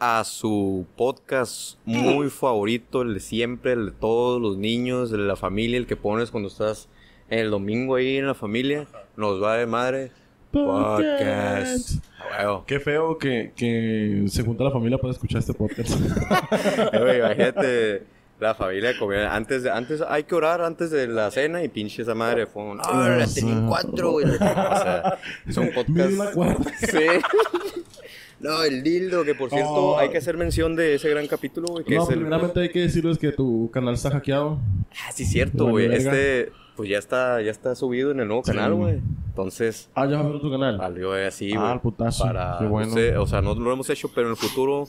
a su podcast muy favorito, el de siempre, el de todos los niños, el de la familia, el que pones cuando estás el domingo ahí en la familia. Nos va de madre. Podcast. A huevo. Qué feo que, que se junta la familia para escuchar este podcast. Eh, güey, imagínate la familia comiendo. Antes, de- antes hay que orar antes de la cena y pinche esa madre fue un. ¡Ah, la tienen cuatro, güey! O sea, es un Mira la podcast. cuarta. Sí. No, el dildo, que por cierto, Oh. hay que hacer mención de ese gran capítulo, güey. Que No, es el... primeramente hay que decirles que tu canal está hackeado. Ah, sí, cierto, Vale, güey. verga. Este, pues ya está, ya está subido en el nuevo Sí. canal, güey. Entonces, Ah, ya va a ver tu canal. salió así, Ah, güey. el putazo. Para, Qué bueno. no sé, o sea, no lo hemos hecho, pero en el futuro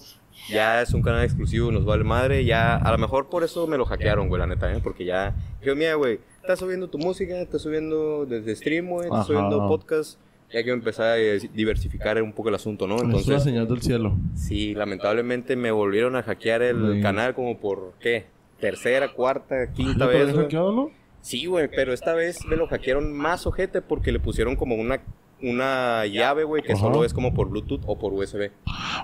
ya es un canal exclusivo, nos vale madre. Ya, a lo mejor por eso me lo hackearon, güey, la neta, ¿eh? Porque ya, yo, mira, güey, estás subiendo tu música, estás subiendo desde stream, güey, estás Ajá. subiendo podcast. Ya que empezar a eh, diversificar un poco el asunto, ¿no? es una Entonces, señal del cielo. Sí, lamentablemente me volvieron a hackear el Sí. canal como por, ¿qué? Tercera, cuarta, ¿Ya quinta te lo vez. habías güey. hackeado, no? Sí, güey, pero esta vez me lo hackearon más ojete porque le pusieron como una, una llave, güey, que Ajá. solo es como por Bluetooth o por USB.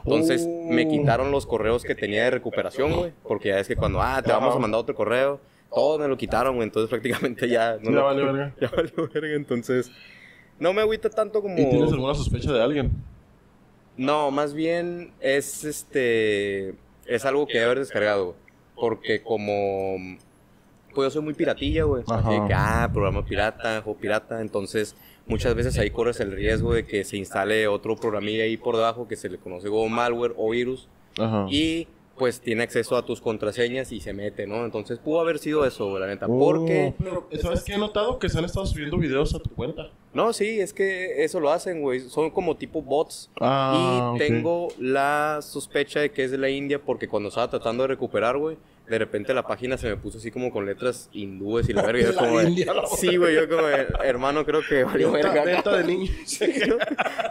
Entonces Oh. me quitaron los correos que tenía de recuperación, güey, porque ya es que cuando, ah, te vamos a mandar otro correo, todo me lo quitaron, güey, entonces prácticamente ya... No Ya lo- vale, verga. Ya valió verga, entonces... No me agüita tanto como... ¿Y tienes alguna sospecha de alguien? No, más bien es este. Es algo que debe haber descargado. güey. Porque como. Pues yo soy muy piratilla, güey. Así de Ajá. que, ah, programa pirata, o pirata. Entonces, muchas veces ahí corres el riesgo de que se instale otro programilla ahí por debajo que se le conoce como malware o virus. Ajá. Y pues tiene acceso a tus contraseñas y se mete, ¿no? Entonces pudo haber sido eso, güey, la neta. Oh, Porque. Pero, ¿sabes qué? He notado que se han estado subiendo videos a tu cuenta. No, sí, es que eso lo hacen, güey. Son como tipo bots. Ah, y ok. tengo la sospecha de que es de la India porque cuando estaba tratando de recuperar, güey, de repente la página se me puso así como con letras hindúes y la verga. y yo La como, de- India, la sí, güey, yo como, de, hermano, creo que valió verga. Neta de niños.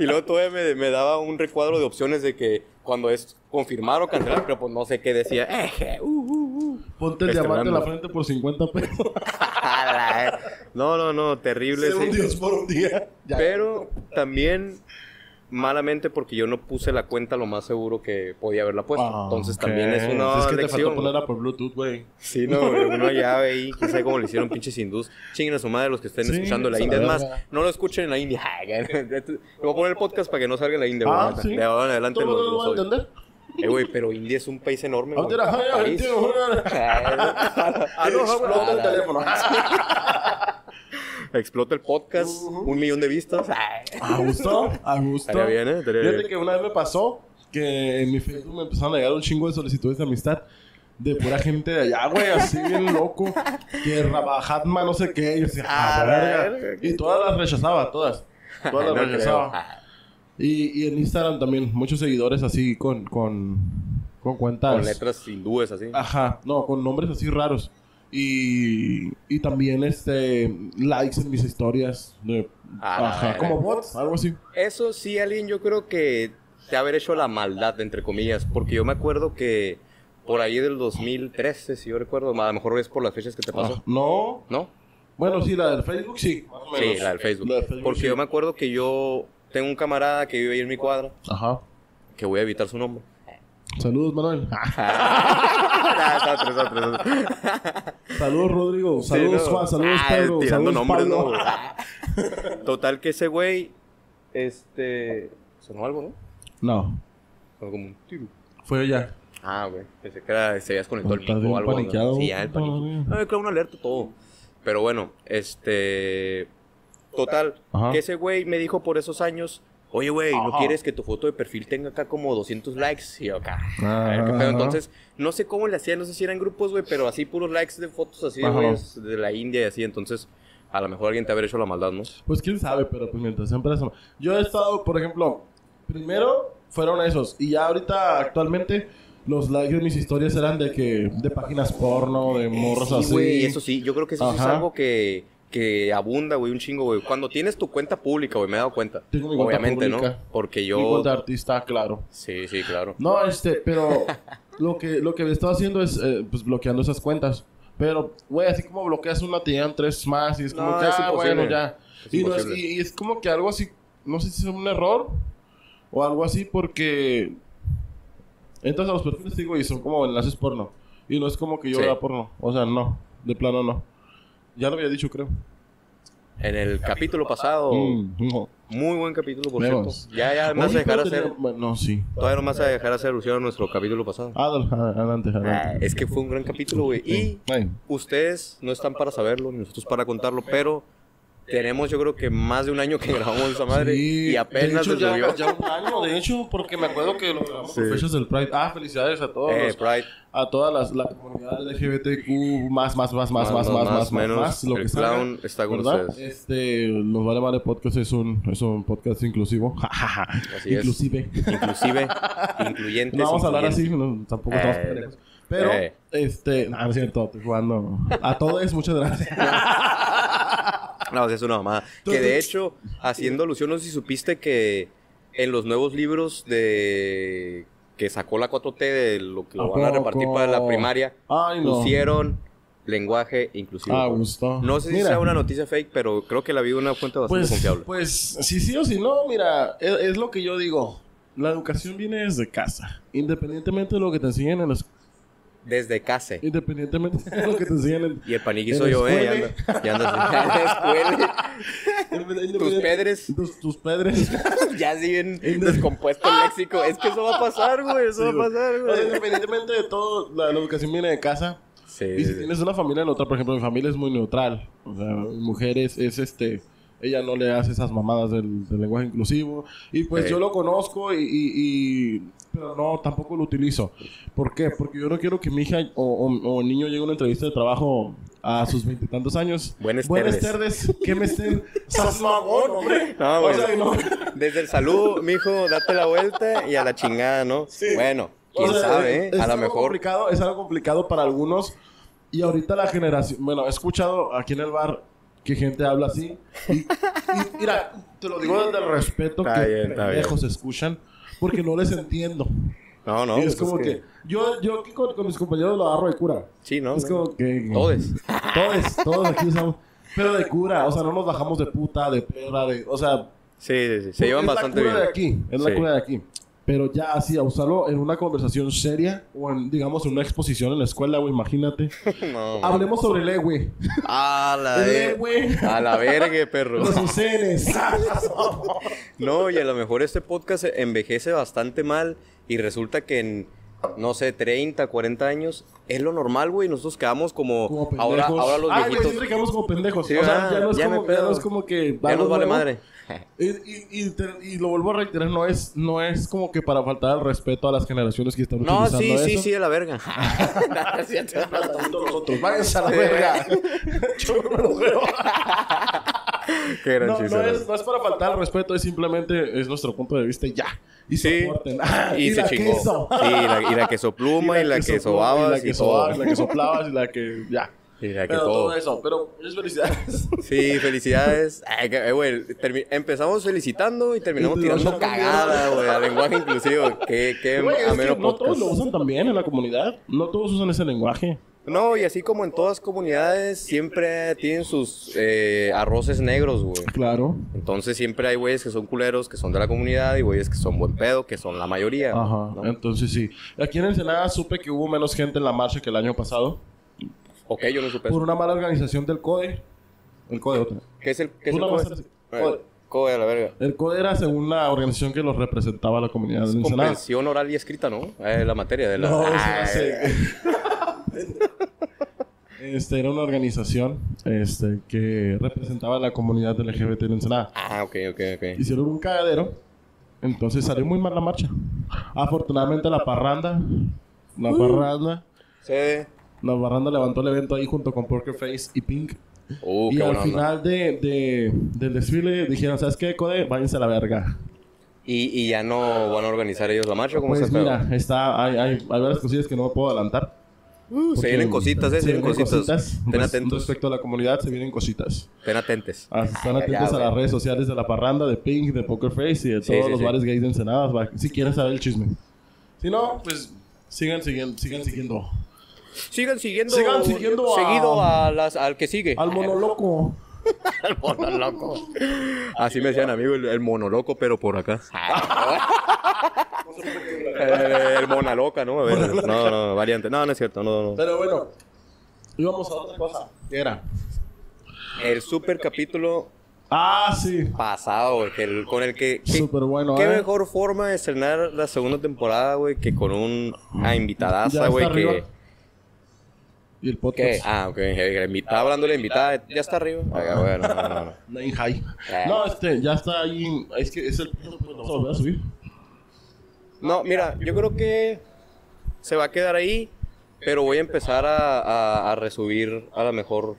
Y luego todavía me, me daba un recuadro de opciones de que cuando es confirmar o cancelar, pero pues no sé qué decía. Eje, uh, uh, uh. Ponte el Estrenando. diamante en la frente por 50 pesos. A la- No, no, no, terrible. Ser un sí. dios por un día. Ya. Pero también malamente porque yo no puse la cuenta lo más seguro que podía haberla puesto. Ah, pues, Entonces ok. también es una Es que te faltó lección. ponerla por Bluetooth, güey. Sí, no, güey, una llave ahí, quién sabe cómo le hicieron pinches hindús. Chinguen a su madre los que estén Sí, escuchando en la a la India. Es más, verga. no lo escuchen en la India. Le voy a poner el podcast para que no salga en la India, güey. Ah, neta. sí. De ahora en adelante ¿Todo los- lo los va a odio. entender? Eh, güey, pero India es un país enorme, güey. Ahorita, ay, París. ahorita, ahorita. Ah, no, Explota güey, el ah, teléfono. Explota el podcast, Ujú. un millón de vistas. A gusto, a gusto. Estaría bien, ¿eh? Estaría ah, Fíjate bien. que una vez me pasó que en mi Facebook me empezaron a llegar un chingo de solicitudes de amistad de pura gente de allá, güey, así bien loco. Que Rabahatma, no sé qué. Y yo decía, A "Ah, verga". ver. Y todas las rechazaba, todas. Todas las No creo. rechazaba. Y, y en Instagram también, muchos seguidores así con, con, con cuentas. Con letras hindúes así. Ajá, no, con nombres así raros. Y, y también este likes en mis historias. De, Ah, la ajá, verga. como bots, algo así. Eso sí, alguien yo creo que te haber hecho la maldad, entre comillas, porque yo me acuerdo que por ahí del 2013, si yo recuerdo, a lo mejor es por las fechas que te pasó, Ah, no, ¿no? Bueno, sí, la del Facebook sí. más o Sí, menos. la del Facebook. La del Facebook, Porque sí. yo me acuerdo que yo tengo un camarada que vive ahí en mi cuadra, Ajá. que voy a evitar su nombre. Saludos, Manuel. Ah, está, está, está, está, está. Saludos, Rodrigo. Sí, Saludos, ¿no? Juan. Saludos, Ah, Pedro. Tirando Saludos, nombres, Pablo. ¿no? Ah. Total que ese güey, este... Sonó algo, ¿no? No, Sonó como un tiro. fue ella. Ah, güey. Pensé que era- se había desconectado el Estás pico bien o algo. ¿no? paniqueado, Sí, ya, el Ah, puta paniquito. madre. No, me claro, una alerta todo. Pero bueno, este... Total, Ajá. que ese güey me dijo por esos años... Oye, güey, ¿no Ajá. quieres que tu foto de perfil tenga acá como 200 likes? Y yo acá... a ver qué Ajá. pedo. Entonces, no sé cómo le hacían, no sé si eran grupos, güey, pero así puros likes de fotos así de Ajá. güeyes de la India y así. Entonces, a lo mejor alguien te habrá hecho la maldad, ¿no? Pues quién sabe, pero pues mientras sea empresa. Yo he estado, por ejemplo, primero fueron esos. Y ya ahorita, actualmente, los likes de mis historias eran de que... De páginas porno, de morros Eh, Sí, así. güey, eso sí, yo creo que eso sí es Ajá. algo que, que abunda, güey, un chingo, güey. Cuando tienes tu cuenta pública, güey, me he dado cuenta. Tengo mi cuenta Obviamente, pública. ¿no? Porque Mi yo. cuenta de artista, claro. Sí, sí, claro. No, este, pero lo que lo que he estado haciendo es eh, pues bloqueando esas cuentas. Pero, güey, así como bloqueas una, te llegan tres más y es como No, que, es ah, imposible. bueno, ya. Es y, no es, imposible. y- y es como que algo así, no sé si es un error o algo así, porque Entras a los perfiles, digo, y son como enlaces porno. Y no es como que yo Sí. vea porno. O sea, no. De plano, no. Ya lo había dicho, creo. En el capítulo pasado, Mm, no. muy buen capítulo, por Vemos. cierto. Ya, ya, me vas a Oye, dejar pero hacer. tenía- bueno, No, sí. Todavía no me vas a dejar hacer alusión a nuestro capítulo pasado. Adolf, a- adelante, Ah, adelante. es que fue un gran capítulo, güey. Y Ay, ustedes no están para saberlo, ni nosotros para contarlo, pero tenemos yo creo que más de un año que grabamos esa madre sí. y apenas de se hecho, ya, subió. ya un año, de hecho, porque me acuerdo que lo grabamos por fechas del Pride. Ah, felicidades a todos. Eh, los- Pride, a todas las la comunidad LGBTQ más más más más más más más más menos, más, lo el que sea, clown está con ¿verdad? ustedes. Este, los vale vale podcast es un es un podcast inclusivo. Así es. Eh, Inclusive. Inclusive, incluyentes. No vamos a hablar así, incluyentes. no, tampoco estamos Eh, pendejos. Pero, eh. este, no, no es cierto, estoy jugando. A todos, muchas gracias. No, es una mamada. Que de hecho, haciendo alusión, no sé si supiste que en los nuevos libros de que sacó la 4T de lo que lo ¿A van a repartir poco? para la primaria, Ay, no. pusieron lenguaje inclusivo. Ah, gusto. No sé si Mira. sea una noticia fake, pero creo que la vi de una fuente bastante Pues, confiable. pues, si sí o si no, mira, es, es lo que yo digo. La educación viene desde casa. Independientemente de lo que te enseñen en los... Desde casa. Independientemente de lo que te enseñen en... Y el paniqui eh, En soy la yo, eh. Ya escuela. anda, ya anda así. En la Independiente- Tus pedres. Tus, tus pedres. escuela. ya así bien En- descompuesto el léxico. Es que eso va a pasar, güey. Eso va a pasar, O sea, güey. independientemente de todo, la, la educación viene de casa. Sí, Y si sí, sí. tienes una familia neutra, por ejemplo, mi familia es muy neutral. O sea, mi mujer es, es, este. Ella no le hace esas mamadas del, del lenguaje inclusivo. Y pues Sí. yo lo conozco y, y- y- Pero no, tampoco lo utilizo. ¿Por qué? Porque yo no quiero que mi hija o, o- o niño llegue a una entrevista de trabajo a sus veintitantos años. Buenas tardes. ¿Qué me estén? ¡Sas mamón, hombre! No, o güey. sea, no. Desde el saludo, mijo, date la vuelta y a la chingada, ¿no? Bueno, quién O sea, sabe, ¿eh? es- es A lo algo mejor. Complicado, es algo complicado para algunos. Y ahorita la generación. Bueno, he escuchado aquí en el bar que gente habla así. Y, y mira, te lo digo desde el respeto Está que bien, está pendejos escuchan. Porque no les entiendo. No, no. Y es pues como que, yo, yo aquí con, con mis compañeros lo agarro de cura. Sí, ¿no? es no. como que. Todes. Todos, todos aquí usamos. Pero de cura, o sea, no nos bajamos de puta, de perra, de. O sea, Sí, sí, sí. Se llevan es bastante la bien. cura de aquí, es Sí. la cura de aquí. Pero ya así, a usarlo en una conversación seria o en, digamos, en una exposición en la escuela, güey, imagínate. No, man. Hablemos sobre el E, güey. a la El E, ver- güey. A la verga, perro. Los usenes. No, y a lo mejor este podcast envejece bastante mal y resulta que en, no sé, 30, 40 años es lo normal, güey. Nosotros quedamos como, Como pendejos. ahora, ahora los Ay, güey, viejitos. siempre quedamos como pendejos. Sí, o sea, ah, ya no es, ya me como, ya pedo. no es como ya que... nos algo vale nuevo. madre. Y, y- y te- y lo vuelvo a reiterar, no es, no es como que para faltar al respeto a las generaciones que están No, utilizando sí, eso. sí, sí, a la verga. No, es cierto. Nosotros, váyanse a la verga. Yo no me lo veo. Qué gran No, chiste, no ¿no? es, no es para faltar al respeto, es simplemente es nuestro punto de vista y ya. Y Sí. soporten. Ah, Y, se la chingó. queso. Sí, y la, y la que sopluma, y la que soplaba, sobaba, y la que sobabas, y la que soplabas, y la que ya. Y la que Pero todo. todo eso, pero muchas felicidades. Sí, felicidades. Ay, que- eh, güey, termi- empezamos felicitando y terminamos Y tirando terminamos cagada, güey, al lenguaje inclusivo. Qué, qué Güey, es que ameno no Em, todos podcast. lo usan también en la comunidad. No todos usan ese lenguaje. No, y así como en todas comunidades, siempre tienen sus eh, arroces negros, güey. Claro. Entonces siempre hay güeyes que son culeros, que son de la comunidad, y güeyes que son buen pedo, que son la mayoría. Ajá. Eh, ¿no? Entonces sí. Aquí en Ensenada supe que hubo menos gente en la marcha que el año pasado. Ok, yo no supe Por eso. una mala organización del CODE. El CODE, otra. ¿Qué es el, qué es Tú el la vas a COE? hacer- Eh, COE. COE a la verga. El CODE era según la organización que los representaba a la comunidad de Ensenada. Comprensión oral y escrita, ¿no? Eh, la materia de la... No, eso Ah, no sé. Este, era una organización este, que representaba a la comunidad LGBT en Ensenada. Ah, ok, ok, ok. Hicieron un cagadero, entonces salió muy mal la marcha. Afortunadamente la parranda, la parranda, Sí. la parranda levantó el evento ahí junto con Poker Face y Pink. Uh, y qué al buena onda. final de, de- del desfile dijeron, ¿sabes qué, Code? Váyanse a la verga. ¿Y, y ya no van a organizar ellos la marcha? ¿Cómo Pues está el pedo? mira, está, hay, hay, hay varias cosillas que no puedo adelantar. se vienen cositas, eh, se vienen cositas. Estén Res- atentos. Respecto a la comunidad, se vienen cositas. Estén atentes. Ah, están ya, atentos a güey. las redes sociales de La Parranda, de Pink, de Poker Face y de Sí, todos sí, los sí. bares gays de Ensenada. va- Si quieren saber el chisme. Si no, pues sigan siguiendo. Sigan siguiendo. Sigan siguiendo, Sigan siguiendo a- seguido a las, al que sigue. Ah, Al monoloco. Al monoloco. Así me decían, amigo, el, el monoloco, pero por acá. Eh, el Ah, mona loca, ¿no? A ver, no, no, variante. No, no es cierto, no, no. Pero bueno, íbamos a otra cosa. ¿Qué era? El super capítulo Ah, sí. pasado, güey, que el- con el que... que- Súper bueno, Qué ¿eh? mejor forma de estrenar la segunda temporada, güey, que con un a Ya invitadaza, está güey, arriba. que... Y el ¿Qué? podcast. Ah, ok, la invitada, hablando de la invitada, ya está arriba. Ah, bueno, no, no, no. Nine High. Eh. No, este, ya está ahí. Es que es el. ¿Lo vamos a volver a subir? No, mira, yo creo que se va a quedar ahí, pero voy a empezar a, a- a resubir a lo mejor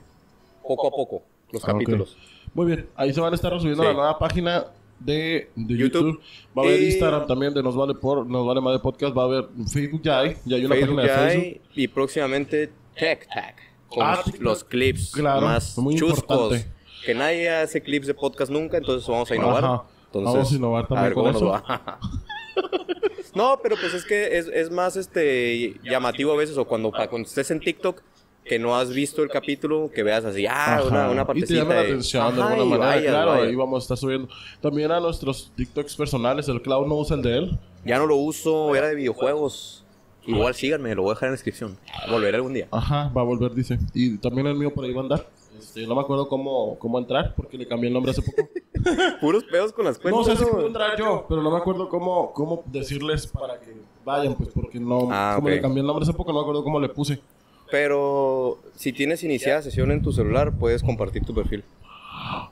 poco a poco los Ah, ok. capítulos. Muy bien, ahí se van a estar resubiendo Sí. la nueva página de, de YouTube. YouTube. Va a haber Y- Instagram también de Nos Vale por Nos Vale Madre Podcast. Va a haber Facebook ya hay. Ya hay una Facebook página ya de hay, Facebook. y próximamente Tech Tag con Ah, los- TikTok. los clips Claro, más muy chuscos. importante. Que nadie hace clips de podcast nunca, entonces vamos a innovar. Ajá. Entonces, Vamos a innovar también ver con cómo nos eso. va. no, pero pues es que es, es más este llamativo a veces, o cuando, para cuando estés en TikTok que no has visto el capítulo, que veas así, ah, Ajá. una, una partecita. Y te llama la de- atención de Ajá, alguna y manera. vayas, claro, vayas. ahí vamos a estar subiendo. También a nuestros TikToks personales. El Cloud no usa el de él. Ya no lo uso, era de videojuegos. Igual síganme, lo voy a dejar en la descripción. Volveré algún día. Ajá, va a volver, dice. Y también el mío por ahí va a andar. Este, yo no me acuerdo cómo, cómo entrar porque le cambié el nombre hace poco. Puros pedos con las no cuentas. sé si ¿no? puedo entrar yo, pero no me acuerdo cómo, cómo decirles para que vayan, pues porque no. Ah, como ok. le cambié el nombre hace poco, no me acuerdo cómo le puse. Pero si tienes iniciada sesión en tu celular, puedes compartir tu perfil.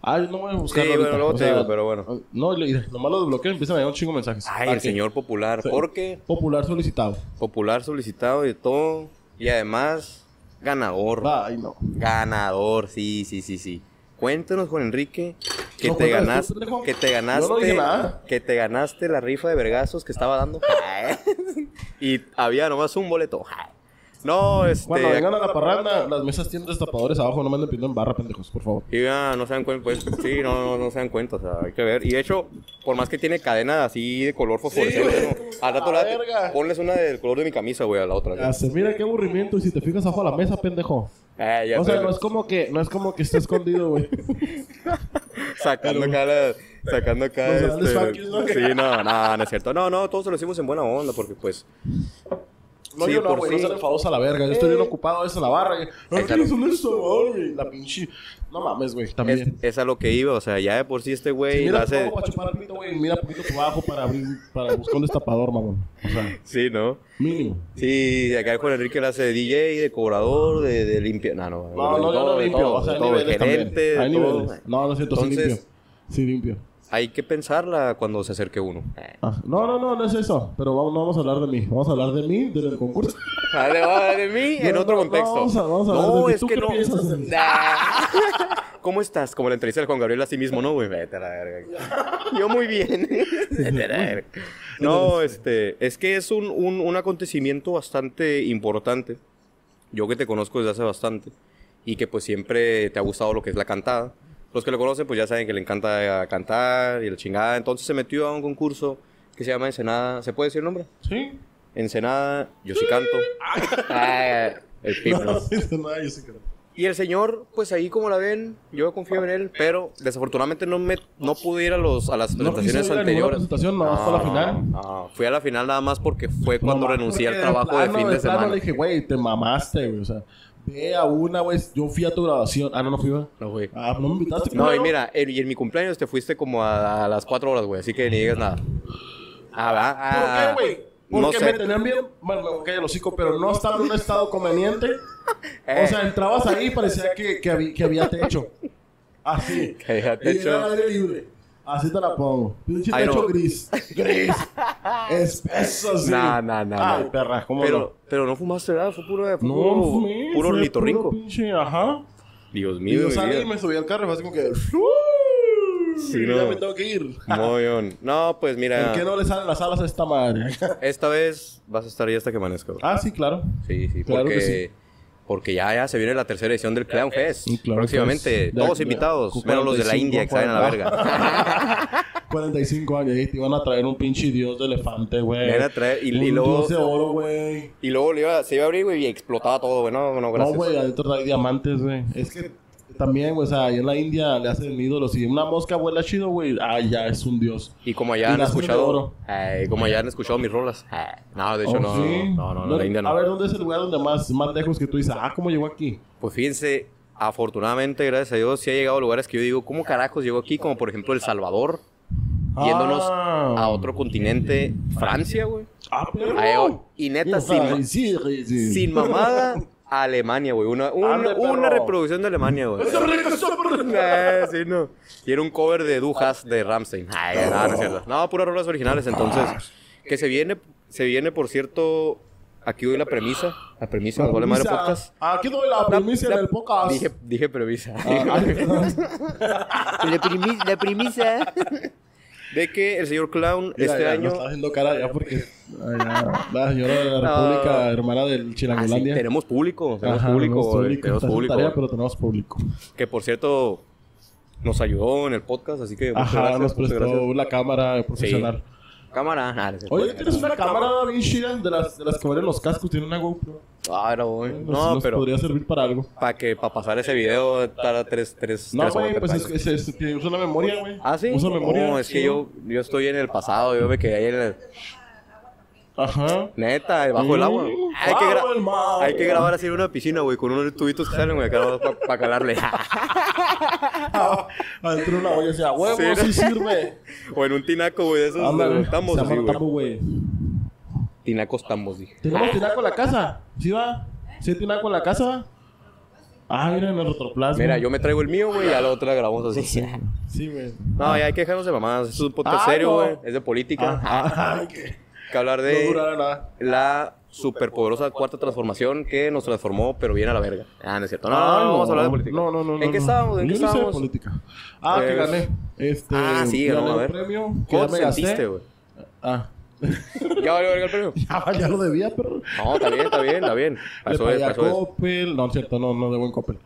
Ah, yo no voy a buscar. Sí, ahorita, bueno, luego te o sea, digo, pero bueno. No, le- nomás lo desbloqueo y empiezan a llegar un chingo de mensajes. Ay, Ah, el que señor popular. Sí. Porque Popular solicitado. popular solicitado y todo. Y además, ganador. Ay, no. Ganador, sí, sí, sí, sí. Cuéntanos, Juan Enrique, que No, te cuéntame tú, ganaste, pendejo. que te Yo no ganaste, dije nada. que te ganaste la rifa de vergazos que estaba dando. y había nomás un boleto. No, este, Cuando vengan a la parranda, las mesas tienen destapadores abajo, no manden pidiendo en barra, pendejos, por favor. Y ya no se dan cuenta, pues sí, no, no, no se dan cuenta, o sea, hay que ver. Y de hecho, por más que tiene cadena así de color fosforescente, Sí, ¿no? güey. al rato A la- la verga. ponles una del color de mi camisa, güey, a la otra. Ya ¿sí? se mira qué aburrimiento y si te fijas abajo a la mesa, pendejo. Eh, ya O sea, estoy no es como que, no es como que esté escondido, güey. sacando acá, la- sacando acá. Los grandes este, fuckings, ¿no? Sí, no, no, no es cierto. No, no, todos se lo hicimos en buena onda, porque pues. No, Sí, yo no, por güey, sí. Eh. no se enfadosa a la verga. Yo estoy bien ocupado, es en la barra. güey. No Échalo. tienes un destapador, güey. La pinche. No mames, güey, Es, también. es a lo que iba, o sea, ya de por sí este güey mira la hace... hace. para chupar el pito, güey. Mira poquito para abajo para, abrir, para buscar un destapador, mamón. O sea, Sí, ¿no? mínimo. Sí, acá Juan Enrique la hace de DJ, de cobrador, de, de limpio. No, no, No, de no, yo todo, no de limpio. todo, o de sea, hay todo, de niveles gerente, de también. Hay todo. niveles. No, lo siento, sí Entonces- limpio. Sí limpio. Hay que pensarla cuando se acerque uno. Ah, no, no, no, no es eso. Pero vamos, no vamos a hablar de mí. Vamos a hablar de mí, del concurso. Vale, va a hablar de mí en No, otro no, contexto. vamos a- vamos a hablar de no, ti. es ¿Tú que qué no. piensas de mí? Nah. ¿Cómo estás? Como la entrevista del Juan Gabriel a sí mismo, ¿no, güey? Vete a la verga. Yo muy bien. Vete a la verga. No, este, es que es un, un, un acontecimiento bastante importante. Yo que te conozco desde hace bastante y que pues siempre te ha gustado lo que es la cantada. Los que lo conocen pues ya saben que le encanta cantar y la chingada. Entonces se metió a un concurso que se llama Ensenada. ¿Se puede decir el nombre? Sí. Ensenada, yo sí canto. Ah, el Piplo. No, no, yo sí creo. Y el señor, pues ahí como la ven, yo confío en él, pero desafortunadamente no me no pude ir a los a las No quiso presentaciones ir a ninguna anteriores. presentación, nomás fue a la final. no, fui a la final nada más porque fue cuando Nomás renuncié al porque trabajo de plano, fin de, plano semana. Le dije, güey, te mamaste, güey. O sea, ve a una, güey. Yo fui a tu grabación. Ah, no, no fui, güey. No, güey. Ah, no me invitaste. No, y culero. mira, en, y en mi cumpleaños te fuiste como a, a las 4 horas, güey, así que ni digas nada. Ah, va. ah, ¿Por qué, güey? no Porque sé. me tenían bien, bueno, me caí el hocico, pero no estaba en un estado conveniente. Eh. O sea, entrabas ahí y parecía que, que, habí- que había techo. Así. Que había Y techo. era al aire libre. Así te la pongo. Pinche Ay, no. techo gris. Gris. Espeso, sí. Nah, nah, nah, Ay, nah. perra, ¿cómo pero, no? pero no fumaste nada, fue puro, fue No, puro, fumé, puro fue ornitorrinco. pinche, ajá. Dios Y mío, yo mi salí vida. y me subí al carro y fue así como que... Sí, Ya no. me tengo que ir. Muy bien. No, pues mira, ¿Por qué no le salen las alas a esta madre? esta vez vas a estar ahí hasta que amanezca. güey. ah, sí, claro. Sí, sí, Claro que porque, porque ya, ya se viene la tercera edición del Clown Fest. Sí, claro, Próximamente, pues, ya- todos ya- invitados, con menos los de la 45, India que saben a la verga. 45 años y te iban a traer un pinche dios de elefante, güey. Van a traer- y- un y luego- dios de oro, güey. Y luego le iba- se iba a abrir, güey, y explotaba todo, güey. No, no, No, gracias. güey, adentro hay diamantes, güey. Es que También, güey, o sea, ahí en la India le hacen ídolos. Si una mosca vuela chido, güey, ah, ya es un dios. Y como ya Y han las uñas de escuchado. oro. Ay, como ya han escuchado mis rolas. Ay, no, de hecho Oh, no, sí. no. No, no, la India no. A ver, ¿dónde es el lugar donde más, más lejos que tú dices, ah, cómo llegó aquí? Pues fíjense, afortunadamente, gracias a Dios, sí ha llegado a lugares que yo digo, ¿cómo carajos llegó aquí? Como por ejemplo El Salvador, yéndonos Ah. a otro continente, Francia, güey. Ah, pero. Ay, oh, y neta, sin, ma- sí, sí, sí. sin mamada, a Alemania, güey. Una, una, Ande, una perro. reproducción de Alemania, güey. Eh, sí, no. Y era un cover de Du Hast de Ramstein. Ay, no, no es cierto. No, puras rolas originales. Entonces, que se viene, se viene, por cierto, aquí doy la premisa. La premisa, me vale madre Premisa. podcast. Aquí doy la La- premisa la- del podcast. Dije, este dije premisa. Ah, la, premisa De que el señor Clown Mira, este ya, año. no Está haciendo cara ya porque. ay, ya, la señora de la No. República, hermana del Ah, sí, Chilangolandia. tenemos público, tenemos Ajá, público, tenemos güey, público, tenemos está haciendo público. tarea, pero tenemos público. Que por cierto, nos ayudó en el podcast, así que muchas Ajá, gracias. nos muchas prestó gracias. la cámara profesional. Cámara. Ah, no sé. Oye, tienes una cámara bien chida de las, de las que valen los cascos, tiene una GoPro. Ah, no, güey. Nos- No, nos pero podría servir para algo. para que para pasar ese video tarda tres, tres, No, tres güey, horas. pues es, es, es- tiene- usa la memoria, güey. Ah, sí. Usa memoria. No, es que sí. yo, yo estoy en el pasado, yo me quedé ahí en el. Ajá. Neta, bajo el agua. Mm, Hay que, gra- bajo el mar. hay que grabar así en una piscina, güey, con unos tubitos que salen, güey, acá para calarle. Adentro de una olla, o sea, huevo, Sí, ¿no? sí, sirve. o en un tinaco, güey, de esos Ándale. eh, tambos Se así, llama güey. tambo, güey. Tinacos tambos, dije. Tenemos tinaco en la casa. ¿Sí va? ¿Sí hay tinaco en la casa? Ah, mira, en el retroplasma. Mira, yo me traigo el mío, güey, y a la otra grabamos así. Sí, güey. No, ya hay que dejarnos de mamadas. Esto es un podcast Ah, serio, no. güey. Es de política. Ah, que Hay que hablar No de durará nada. la superpoderosa cuarta transformación que nos transformó, pero bien a la verga. Ah, no es cierto. No, no, Ah, no, vamos a hablar de política. No, no, no. ¿En no, qué no. estábamos? ¿En qué Yo no sé de estábamos? política. Ah, Eh, que gané. Este, ah, sí, ganó, gané a un ver. premio que ¿Cómo ya te me gasté. sentiste, güey? Ah. Ya valió verga el premio. Ah, ya lo debía, pero... No, está bien, está bien, está bien. Le Pasó es, pagué a pasó es. Coppel. No, es cierto, no, no debo en Coppel.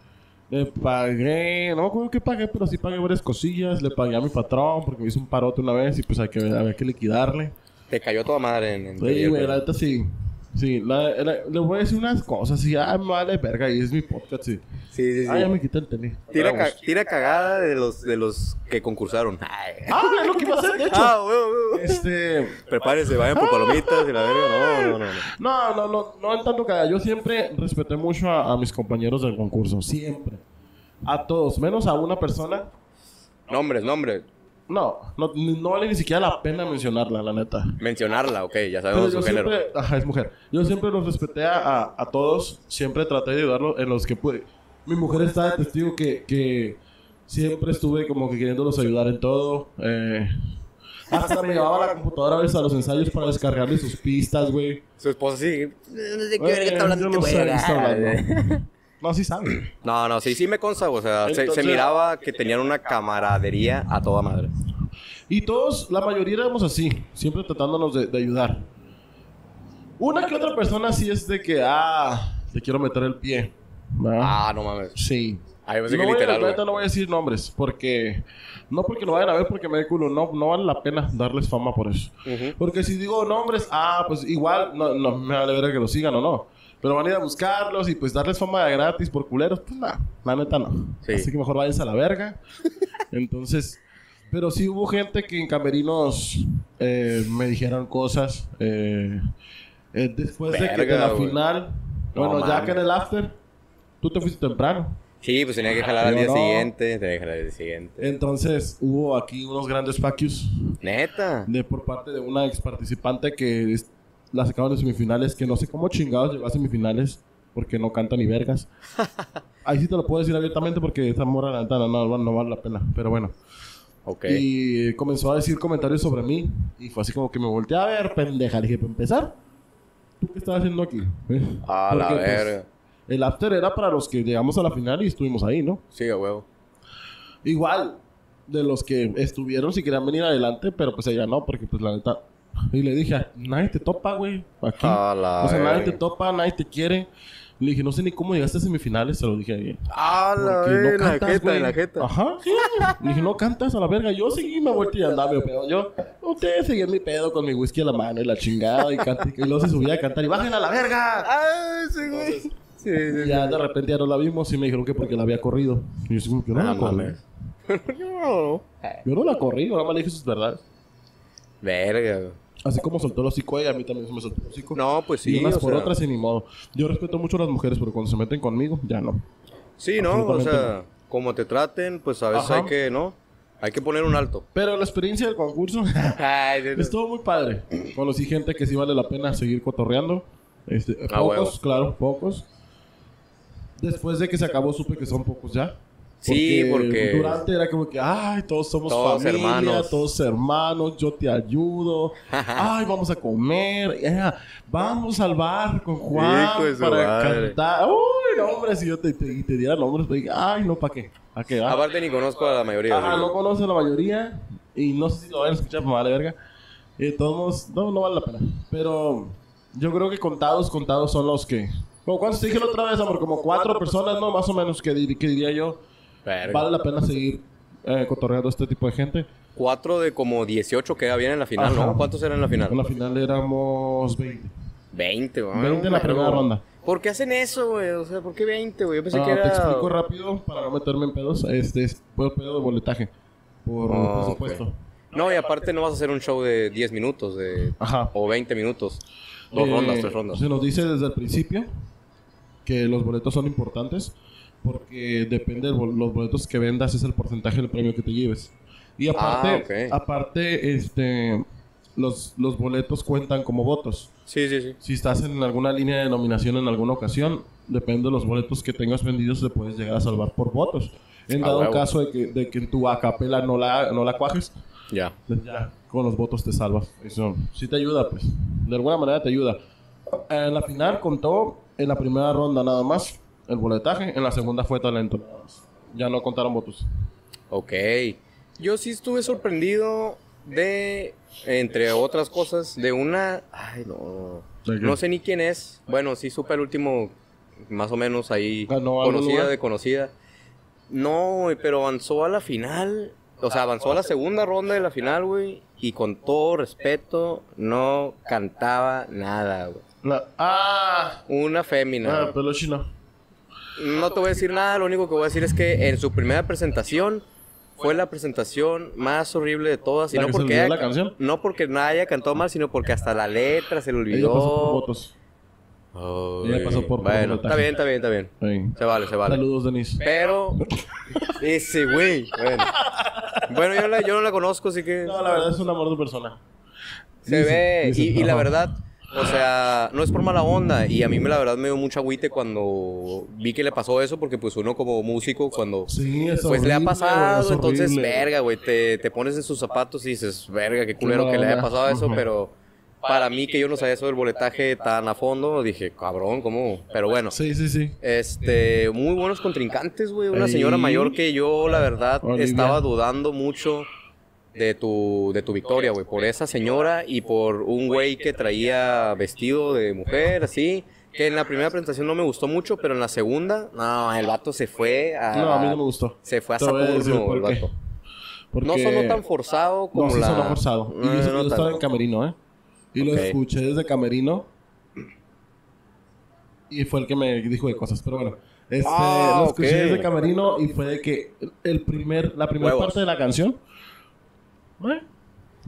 Le pagué... No me acuerdo qué pagué, pero sí pagué varias cosillas. Le pagué a mi patrón porque me hizo un parote una vez y pues hay que, había que liquidarle. Te cayó toda madre en. en Sí, el güey, la premio. neta sí. Sí, la, la- le voy a decir unas cosas. Sí, ah, me vale verga y es mi podcast, sí. sí, sí, sí. Ah, ya me quité el tenis. Tira, ca- tira cagada de los, de los que concursaron. Ay. Ah, es lo que iba a hacer, de hecho. Ah, güey, güey. Este... Prepárense, vayan por palomitas y la verga. No, no, no. no. No, no, no, no en tanto que yo siempre respeté mucho a, a mis compañeros del concurso, siempre. A todos, menos a una persona. Nombres, nombres. No, no, ni- no vale ni siquiera la pena mencionarla, la neta. Mencionarla, ok, ya Pero sabemos yo su género. siempre, ajá, es mujer. Yo siempre los respeté a, a- a todos, siempre traté de ayudarlos en los que pude. Mi mujer está de testigo que, que siempre estuve como que queriéndolos ayudar en todo. eh, hasta me llevaba la computadora a veces a los ensayos para descargarle sus pistas, güey. Su esposa sí. No sé Oye, yo este no sé de qué ah. está hablando. No, sí sabe. No, no, sí, sí me consta, o sea, se- se, Entonces- miraba que tenían una camaradería a toda madre. Y todos, la mayoría éramos así, siempre tratándonos de, de ayudar. Una que otra persona sí es de que, ah, te quiero meter el pie. ¿verdad? Ah, no mames. Sí. Ahí No pensé que voy, a- literal, la güey. neta no voy a decir nombres, porque... No porque lo vayan a ver porque me dé culo, no, no vale la pena darles fama por eso. Ujú. Porque si digo nombres, ah, pues igual no, no me vale ver que lo sigan o no. Pero van a ir a buscarlos y pues darles fama de gratis por culeros, pues nada, la neta no. Sí. Así que mejor váyanse a la verga. Entonces, pero sí hubo gente que en camerinos eh, me dijeron cosas. eh, eh, después de que de Verga, la güey. final, No bueno, ya mames. que en el after, tú te fuiste temprano. Sí, pues tenía que jalar al Yo día no. siguiente, tenía que jalar al día siguiente. Entonces hubo aquí unos grandes facios Neta. de por parte de una ex participante que es- la sacaron de semifinales, que no sé cómo chingados llegó a semifinales porque no canta ni vergas. Ahí sí te lo puedo decir abiertamente porque esa morra la neta no, no, no vale la pena, pero bueno. Ok. Y eh, comenzó a decir comentarios sobre mí y fue así como que me volteé a ver, pendeja, le dije, para empezar, ¿tú qué estás haciendo aquí? Eh, A la porque, pues, verga. el after era para los que llegamos a la final y estuvimos ahí, ¿no? Sí, a huevo. Igual, de los que estuvieron, si querían venir adelante, pero pues ella no, porque pues la neta. Y le dije, "Ah, nadie te topa, güey. Aquí. A la o sea, nadie verga. te topa, nadie te quiere. Le dije, no sé ni cómo llegaste a semifinales, se lo dije a ella. A la Porque verga, en la cantas, jeta, en la güey. jeta. Ajá, sí. Le dije, no cantas a la verga. Yo seguí, me volteé y andaba mi pedo. Yo, ustedes seguían mi pedo con mi whisky a la mano y la chingada. Y, cante- y luego se subía a cantar y bajen a la verga. Ah, sí, güey. Sí, sí, Y ya de repente ya no la vimos y me dijeron que porque la había corrido. Y yo, sí, yo no Ah, la corrí. mames. No. Yo no la corrí, nada más le dije sus verdades. Verga, güey. Así como soltó el hocico ella, a mí también se me soltó el hocico. No, pues y sí. unas o por sea, otras y ni modo. Yo respeto mucho a las mujeres, pero cuando se meten conmigo, ya no. Sí, ¿no? O sea, Absolutamente. como te traten, pues a veces Ajá. hay que, ¿no? Hay que poner un alto. Pero la experiencia del concurso Ay, de- estuvo muy padre. Conocí gente que sí vale la pena seguir cotorreando. Este, eh, Ah, pocos, huevo. claro, pocos. Después de que se acabó, supe que son pocos ya. Sí, porque- Durante era como que, ay, todos somos Todos familia, hermanos. todos hermanos, yo te ayudo. ay, vamos a comer. eh, vamos al bar con Juan Hijo de su para madre. cantar. Uy, no, hombre, si yo te, te- y te diera nombres, te diría, ay, no, ¿para qué? ¿Para qué? va? Aparte ni conozco a la mayoría. Ajá, güey. no conoce la mayoría y no sé si lo van a escuchar, pues vale verga. Y de todos modos, no, no vale la pena. Pero yo creo que contados, contados son los que... Como cuántos te dije la otra vez, amor, como cuatro personas, ¿no? Más o menos, que, dir- que diría yo, Verga. vale la pena seguir eh, cotorreando a este tipo de gente. Cuatro de como 18 queda bien en la final, Ajá. ¿no? ¿Cuántos eran en la En la final? final éramos 20. 20, güey. 20 en la primera ronda. ¿Por qué hacen eso, güey? O sea, ¿por qué 20, güey? Yo pensé Ah, que era... Te explico rápido, para no meterme en pedos, este es por pedo de boletaje, por Ah, presupuesto. ok. No, y aparte no vas a hacer un show de 10 minutos de... Ajá. o 20 minutos. Dos Eh, rondas, tres rondas. Se nos dice desde el principio que los boletos son importantes porque depende de los boletos que vendas es el porcentaje del premio que te lleves. Y aparte, Ah, ok. aparte este los, los boletos cuentan como votos. Sí, sí, sí. Si estás en alguna línea de nominación en alguna ocasión, depende de los boletos que tengas vendidos, te puedes llegar a salvar por votos. En Ah, dado huevo. caso de que, de que en tu acapela no la, no la cuajes, pues Ya. ya, con los votos te salvas. Eso sí te ayuda, pues. De alguna manera te ayuda. En la final contó en la primera ronda nada más el boletaje, en la segunda fue talento nada más. Ya no contaron votos. Ok. Yo sí estuve sorprendido de, entre otras cosas, de una... Ay, no. ¿De qué? No sé ni quién es. Bueno, sí supe el último, más o menos ahí, ¿Ganó algún conocida lugar? de conocida. No, güey, pero avanzó a la final. O sea, avanzó a la segunda ronda de la final, güey. Y con todo respeto, no cantaba nada, güey. La- ¡Ah! Una fémina. Ah, güey. pelo chino. No te voy a decir nada, lo único que voy a decir es que en su primera presentación fue la presentación más horrible de todas. Y ¿La no que se porque, olvidó haya- la canción? no porque nada haya cantado mal, sino porque hasta la letra se le Ella pasó por olvidó. votos. Ay, Ella pasó por- por Bueno, votaje. está bien, está bien, está bien. Ahí. Se vale, se vale. Saludos, Denise. Pero ese güey, bueno. Bueno, yo, la- yo no la conozco, así que No, la verdad es un amor de persona. se dice- ve. dice, y, y la ajá. verdad, o sea, no es por mala onda. Y a mí me la verdad me dio mucha agüite cuando vi que le pasó eso, porque pues uno como músico cuando Sí, es pues le ha horrible, güey, pasado, es entonces horrible. verga, güey, te, te pones en sus zapatos y dices, verga, qué culero mala que le haya onda. pasado eso, Ujú. pero para mí que yo no sabía eso del boletaje tan a fondo, dije, cabrón, ¿cómo? Pero bueno. Sí, sí, sí. Este, muy buenos contrincantes, güey. Una Ey. señora mayor que yo, la verdad, Olivia. estaba dudando mucho de tu, de tu victoria, güey. Por esa señora y por un güey que traía vestido de mujer, así. Que en la primera presentación no me gustó mucho, pero en la segunda, no, el vato se fue a. No, a mí no me gustó. Se fue a Te voy a Saturno, decir por el qué. vato. No Porque- sonó tan forzado como no, sí la. sonó forzado. Y No, yo, no, yo no estaba tanto. en Camerino, ¿eh? Y Ok. lo escuché desde Camerino. Y fue el que me dijo de cosas, pero bueno. Este, Ah, lo escuché ok. desde Camerino y fue de que el primer, la primera Huevos. parte de la canción eh,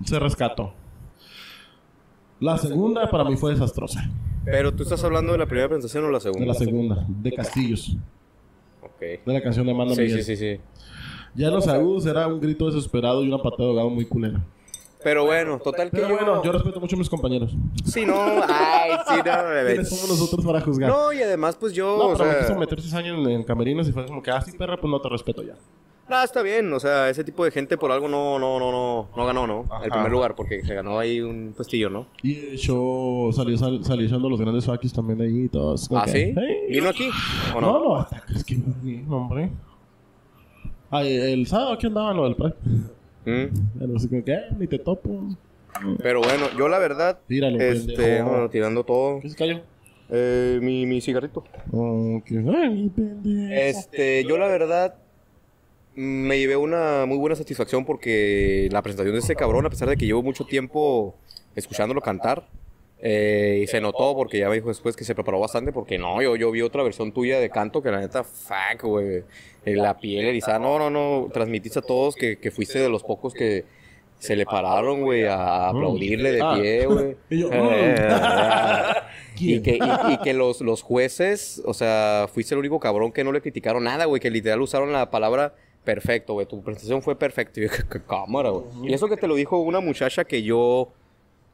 se rescató. La segunda para mí fue desastrosa. Pero tú estás hablando de la primera presentación o la segunda. De la segunda, de Castillos, Ok. de la canción de Amanda Sí, Miguel. sí, sí, sí. Ya en los agudos era un grito desesperado y una patada de ahogado muy culera. Pero bueno, total que Pero yo- bueno, yo respeto mucho a mis compañeros. Sí, no, ay, sí, no, bebé. ¿Quiénes somos nosotros para juzgar? No, y además, pues yo, No, o pero me sea, quiso meter seis años en, en camerinos y fue como que, ah, sí, perra, pues no te respeto ya. no, está bien, o sea, ese tipo de gente por algo no, no, no, no, no ganó, ¿no? Ajá. El primer lugar, porque se ganó ahí un puestillo, ¿no? Y de hecho, salió, sal- salió echando los grandes fakis también ahí y todos. como ¿Ah, que, sí? "Hey". ¿Vino aquí o No, no? no, hasta que es que no, hombre. Ay, el sábado aquí andaban lo del pre. Mm, Pero así como que, "Eh, ni te topo. Pero bueno, yo la verdad, Tíralo, este, pendejo. bueno, tirando todo, ¿Qué se cayó? eh, mi, mi cigarrito. Oh, que, ay, mi pendejo. Este, yo la verdad mm, me llevé una muy buena satisfacción porque la presentación de ese cabrón, a pesar de que llevo mucho tiempo escuchándolo cantar, Eh, y se notó porque ya me dijo después que se preparó bastante porque no, yo, yo vi otra versión tuya de canto que la neta, fuck, güey. Eh, la piel erizada. No, no, no. Transmitiste a todos que, que fuiste de los pocos que se le pararon, güey, a aplaudirle de Ah. pie, güey. Y yo, mm. Eh, y ¿Quién? que, y, y que los, los jueces, o sea, fuiste el único cabrón que no le criticaron nada, güey, que literal usaron la palabra perfecto, güey. Tu presentación fue perfecta. Y yo, "Qué- qué cámara, güey. Y eso que te lo dijo una muchacha que yo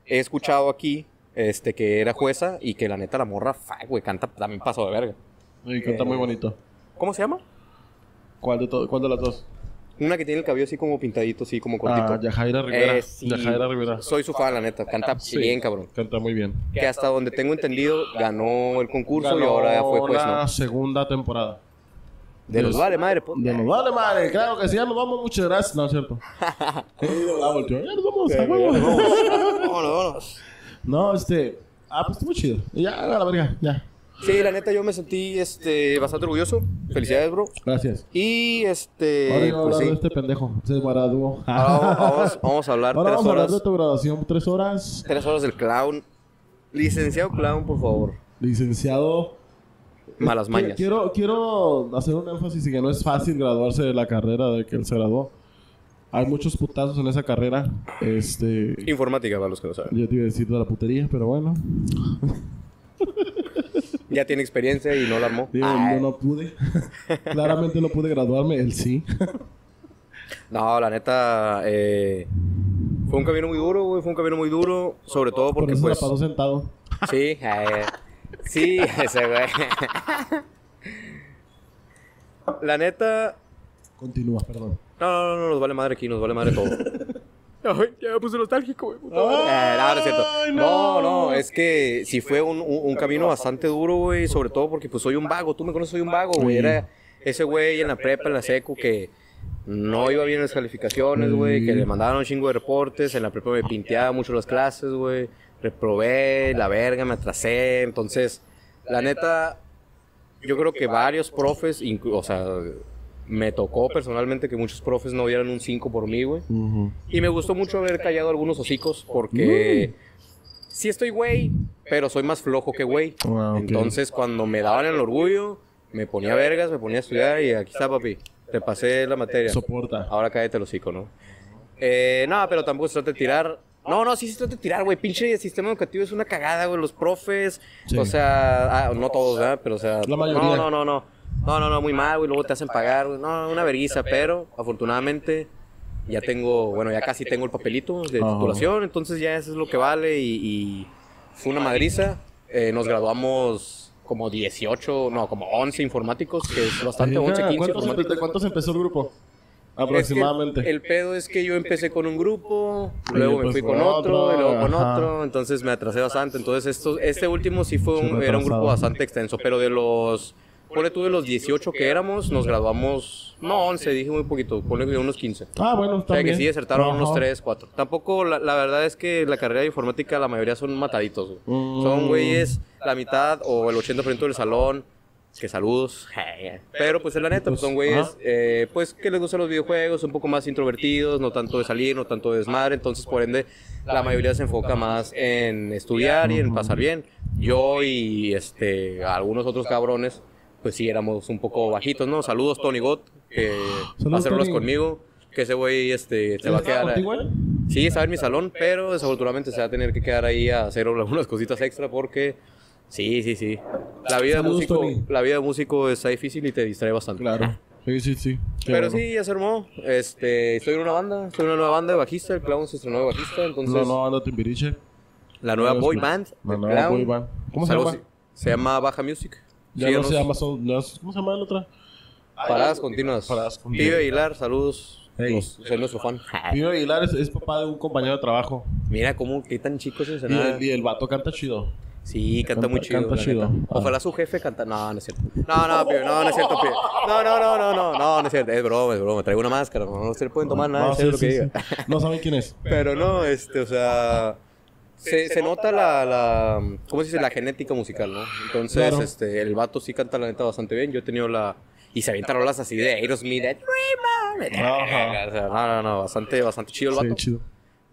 he escuchado aquí, este, que era jueza y que la neta la morra, fuck, güey, canta también paso de verga. Y canta muy bonito. ¿Cómo se llama? ¿Cuál de, to- cuál de las dos? Una que tiene el cabello así como pintadito, así como cortito. Ah, Yajaira Rivera. Eh, sí. Yajaira Rivera. Soy su fan, la neta. Canta Sí. bien, cabrón. Canta muy bien. Que hasta donde tengo entendido, ganó el concurso y Ganó ahora ya fue juez, la ¿no? segunda temporada. De los Dios. vale, madre. pues. po- De los vale, madre. Claro que sí, ya nos vamos. Muchas gracias. No, es cierto. Y la volteó, Ya nos vamos. a huevo. Vámonos, vámonos. No, este. Ah, pues estuvo chido. Y Ya, a la verga. Ya. Sí, la neta, yo me sentí este, bastante orgulloso. Felicidades, bro. Gracias. Y Ahora este. yo voy a Pues hablar de sí. este pendejo. Se graduó. Ahora vamos, vamos- vamos a hablar Ahora tres vamos a hablar horas. de tu graduación. Tres horas. Tres horas del clown. Licenciado clown, por favor. Licenciado. Malas mañas. Quiero, quiero hacer un énfasis en que no es fácil graduarse de la carrera de que él se graduó. Hay muchos putazos en esa carrera. Este. Informática, para los que no saben. Yo te iba a decir de la putería, pero bueno. Ya tiene experiencia y no la armó. Ah, Digo, Ay. yo no pude. Claramente no pude graduarme, él sí. No, la neta. eh, fue un camino muy duro, güey. Fue un camino muy duro. Sobre todo Por porque, eso pues. se la pasó sentado. Sí, eh, sí, ese güey. La neta, Continúa, perdón. no, no, no, no, nos vale madre aquí, nos vale madre todo. Ay, ya me puse nostálgico, güey. puta madre. Ay, Eh, no, no es cierto. no. No, no, es que sí fue un, un- un camino bastante duro, güey. Sobre todo porque pues soy un vago. Tú me conoces, soy un vago, güey. Sí. Era ese güey en la prepa, en la secu, que no iba bien en las calificaciones, güey. Que Mm. le mandaban un chingo de reportes. En la prepa me pinteaba mucho las clases, güey. Reprobé, la verga, me atrasé. Entonces, la neta, yo creo que varios profes, inclu- o sea, me tocó personalmente que muchos profes no dieran un 5 por mí, güey. Y me gustó mucho haber callado algunos hocicos porque Mm. sí estoy güey, pero soy más flojo que güey. Ah, ok. Entonces, cuando me daban el orgullo, me ponía vergas, me ponía a estudiar y aquí está, papi. Te pasé la materia. Soporta. Ahora cállate el hocico, ¿no? Eh, no, pero tampoco se trata de tirar. No, no, sí se trata de tirar, güey. Pinche sistema educativo es una cagada, güey. Los profes, Sí. o sea, ah, no todos, ¿verdad? Pero, o sea, La mayoría. No, no, no, no. No, no, no, muy mal, güey. Luego te hacen pagar, güey. No, una vergüenza, pero afortunadamente ya tengo, bueno, ya casi tengo el papelito de Ajá. titulación, entonces ya eso es lo que vale y, y fue una madriza. Eh, nos graduamos como 18, no, como 11 informáticos, que es bastante, Ajá, 11, 15 ¿cuántos, empe- informáticos. ¿De cuántos empezó el grupo? Es que el- Aproximadamente. el, pedo es que yo empecé con un grupo, Y luego me después fui con con otro, y luego con otro, ajá. otro, entonces me atrasé bastante. Entonces esto, este último sí fue Sí, un, era un retrasado. grupo bastante extenso, pero de los, ponle tú de los 18 que éramos, nos graduamos, no 11, dije muy poquito, ponle que unos 15. Ah, bueno, O sea, también. que sí desertaron Ajá. unos 3, 4. Tampoco, la, la verdad es que la carrera de informática la mayoría son mataditos. güey. Mm. Son güeyes la mitad o el 80% del salón. Que saludos. Pero pues es la neta, pues, son Ajá. güeyes eh, pues que les gustan los videojuegos, un poco más introvertidos, no tanto de salir, no tanto de desmadre. Entonces, por ende, la mayoría se enfoca más en estudiar y en pasar bien. Yo y este algunos otros cabrones, pues sí éramos un poco bajitos, ¿no? Saludos, Tony Gott, que Saludos, hace rolas Tony. conmigo conmigo, que ese güey este, se ¿Él va a estaba quedar. contigo, eh? él? Sí, estaba en mi salón, pero desafortunadamente se va a tener que quedar ahí a hacer algunas cositas extra porque. Sí, sí, sí. La vida, de Saludos, músico, Tony. la vida de músico está difícil y te distrae bastante. Claro. Sí, sí, sí. Qué Pero bueno. sí, ya se armó. Este, estoy en una banda, estoy en una nueva banda de bajista, el clown se estrenó de bajista, entonces No, no, anda Timbiriche. la nueva no, boy no. band, La el nueva Clown, boy band. ¿Cómo se algo llama? así. Se llama Baja Music. Ya no Síganos. se llama Son. no es- ¿Cómo se llama la otra? Paradas continuas. Paradas continuas. Pibe Aguilar, saludos. Hey. Nos- soy nuestro fan. Pío Aguilar es, es papá de un compañero de trabajo. Mira cómo, qué tan chico es Y el, y el vato canta chido. Sí, canta, Canta- muy chido. canta la chido. neta. Ah. Ojalá su jefe canta. No, no es cierto. No, no, pibe, no, no es cierto, pibe. No, no, no, no, no, no, no es cierto. Es broma, es broma. Traigo una máscara. No, no se le pueden tomar nada, Ah, No, en serio sí, lo que sí, diga. sí. No saben quién es. Pero no, este, o sea. Se, se nota la, la. ¿Cómo se dice? La genética musical, ¿no? Entonces, Claro. este, el vato sí canta la neta bastante bien. Yo he tenido la. Y se avientan rolas así de Aerosmith, de Dreamer. Ajá. O sea, no, no, no. Bastante, bastante chido el Sí, vato. chido.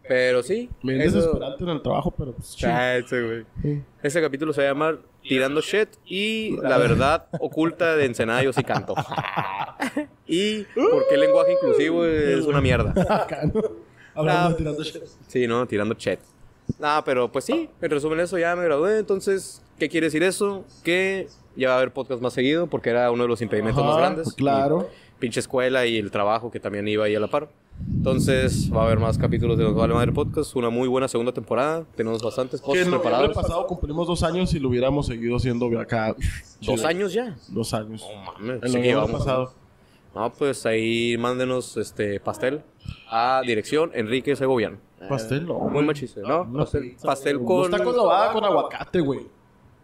Pero sí. Me eso- desesperante en el trabajo, pero pues chido. Ah, ese, güey. Sí. Este capítulo se va a llamar Tirando Shit y la verdad oculta de Ensenada yo sí canto. y por qué el lenguaje inclusivo es una mierda. Acá, ¿no? Hablando Ah. de tirando shit. Sí, ¿no? Tirando chat. Ah, pero pues sí, en resumen eso, ya me gradué, entonces, ¿qué quiere decir eso? Que ya va a haber podcast más seguido porque era uno de los impedimentos más Ajá, grandes. Claro. Y pinche escuela y el trabajo que también iba ahí a la par. Entonces, va a haber más capítulos de Nos Vale Madre Podcast, una muy buena segunda temporada, tenemos bastantes Que cosas en noviembre preparadas. pasado cumplimos dos años y lo hubiéramos seguido haciendo acá. Dos chido. años ya. Dos años. No mames, sí En que noviembre llevamos- pasado. No, pues ahí mándenos este pastel a dirección Enrique Segoviano. Eh, Pastel, no. Muy machista, ¿no? Una pastel pizza, pastel güey. con. Los tacos lobada con aguacate, güey.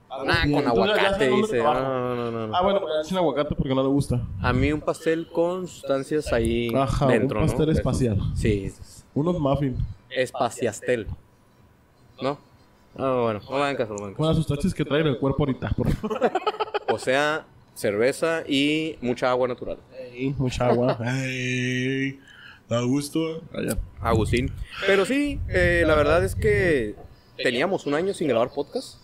Nah, Entonces, con ya aguacate, sabes dónde dice. trabajo. No, no, no, no. Ah, bueno, pero sin aguacate porque no le gusta. A mí un pastel con sustancias ahí Ajá, dentro, un pastel ¿no? espacial. Sí, es- Unos muffins. espaciastel. ¿No? Ah, bueno, no me hagan caso, no me hagan caso. Buenas sustancias que traen el cuerpo ahorita. Por... O sea, cerveza y mucha agua natural. Ey, mucha agua. Ey, da gusto. Ah, Allá. Agustín. Pero sí, eh, la verdad es que teníamos un año sin grabar podcast.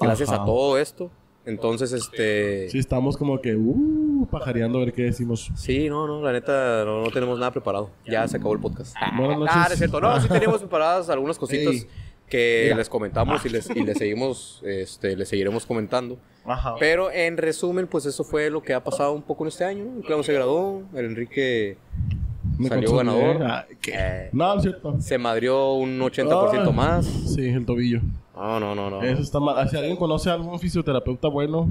Gracias Ajá. a todo esto. Entonces, este. Sí, estamos como que uh, pajareando a ver qué decimos. Sí, no, no, la neta no, no tenemos nada preparado. Ya se acabó el podcast. Buenas noches. Ah, no es cierto. No, sí teníamos preparadas algunas cositas Ey. que les comentamos y les, y les seguimos, este, les seguiremos comentando. Ajá. Pero en resumen, pues eso fue lo que ha pasado un poco en este año. ¿no? El Clavo se graduó, el Enrique Me salió consolé. ganador. Ah, ¿qué? Eh, No, no es cierto. se madrió un 80% Ay, más. Sí, el tobillo. No, no, no, no. Eso está mal. Ah, Si alguien conoce a algún fisioterapeuta bueno,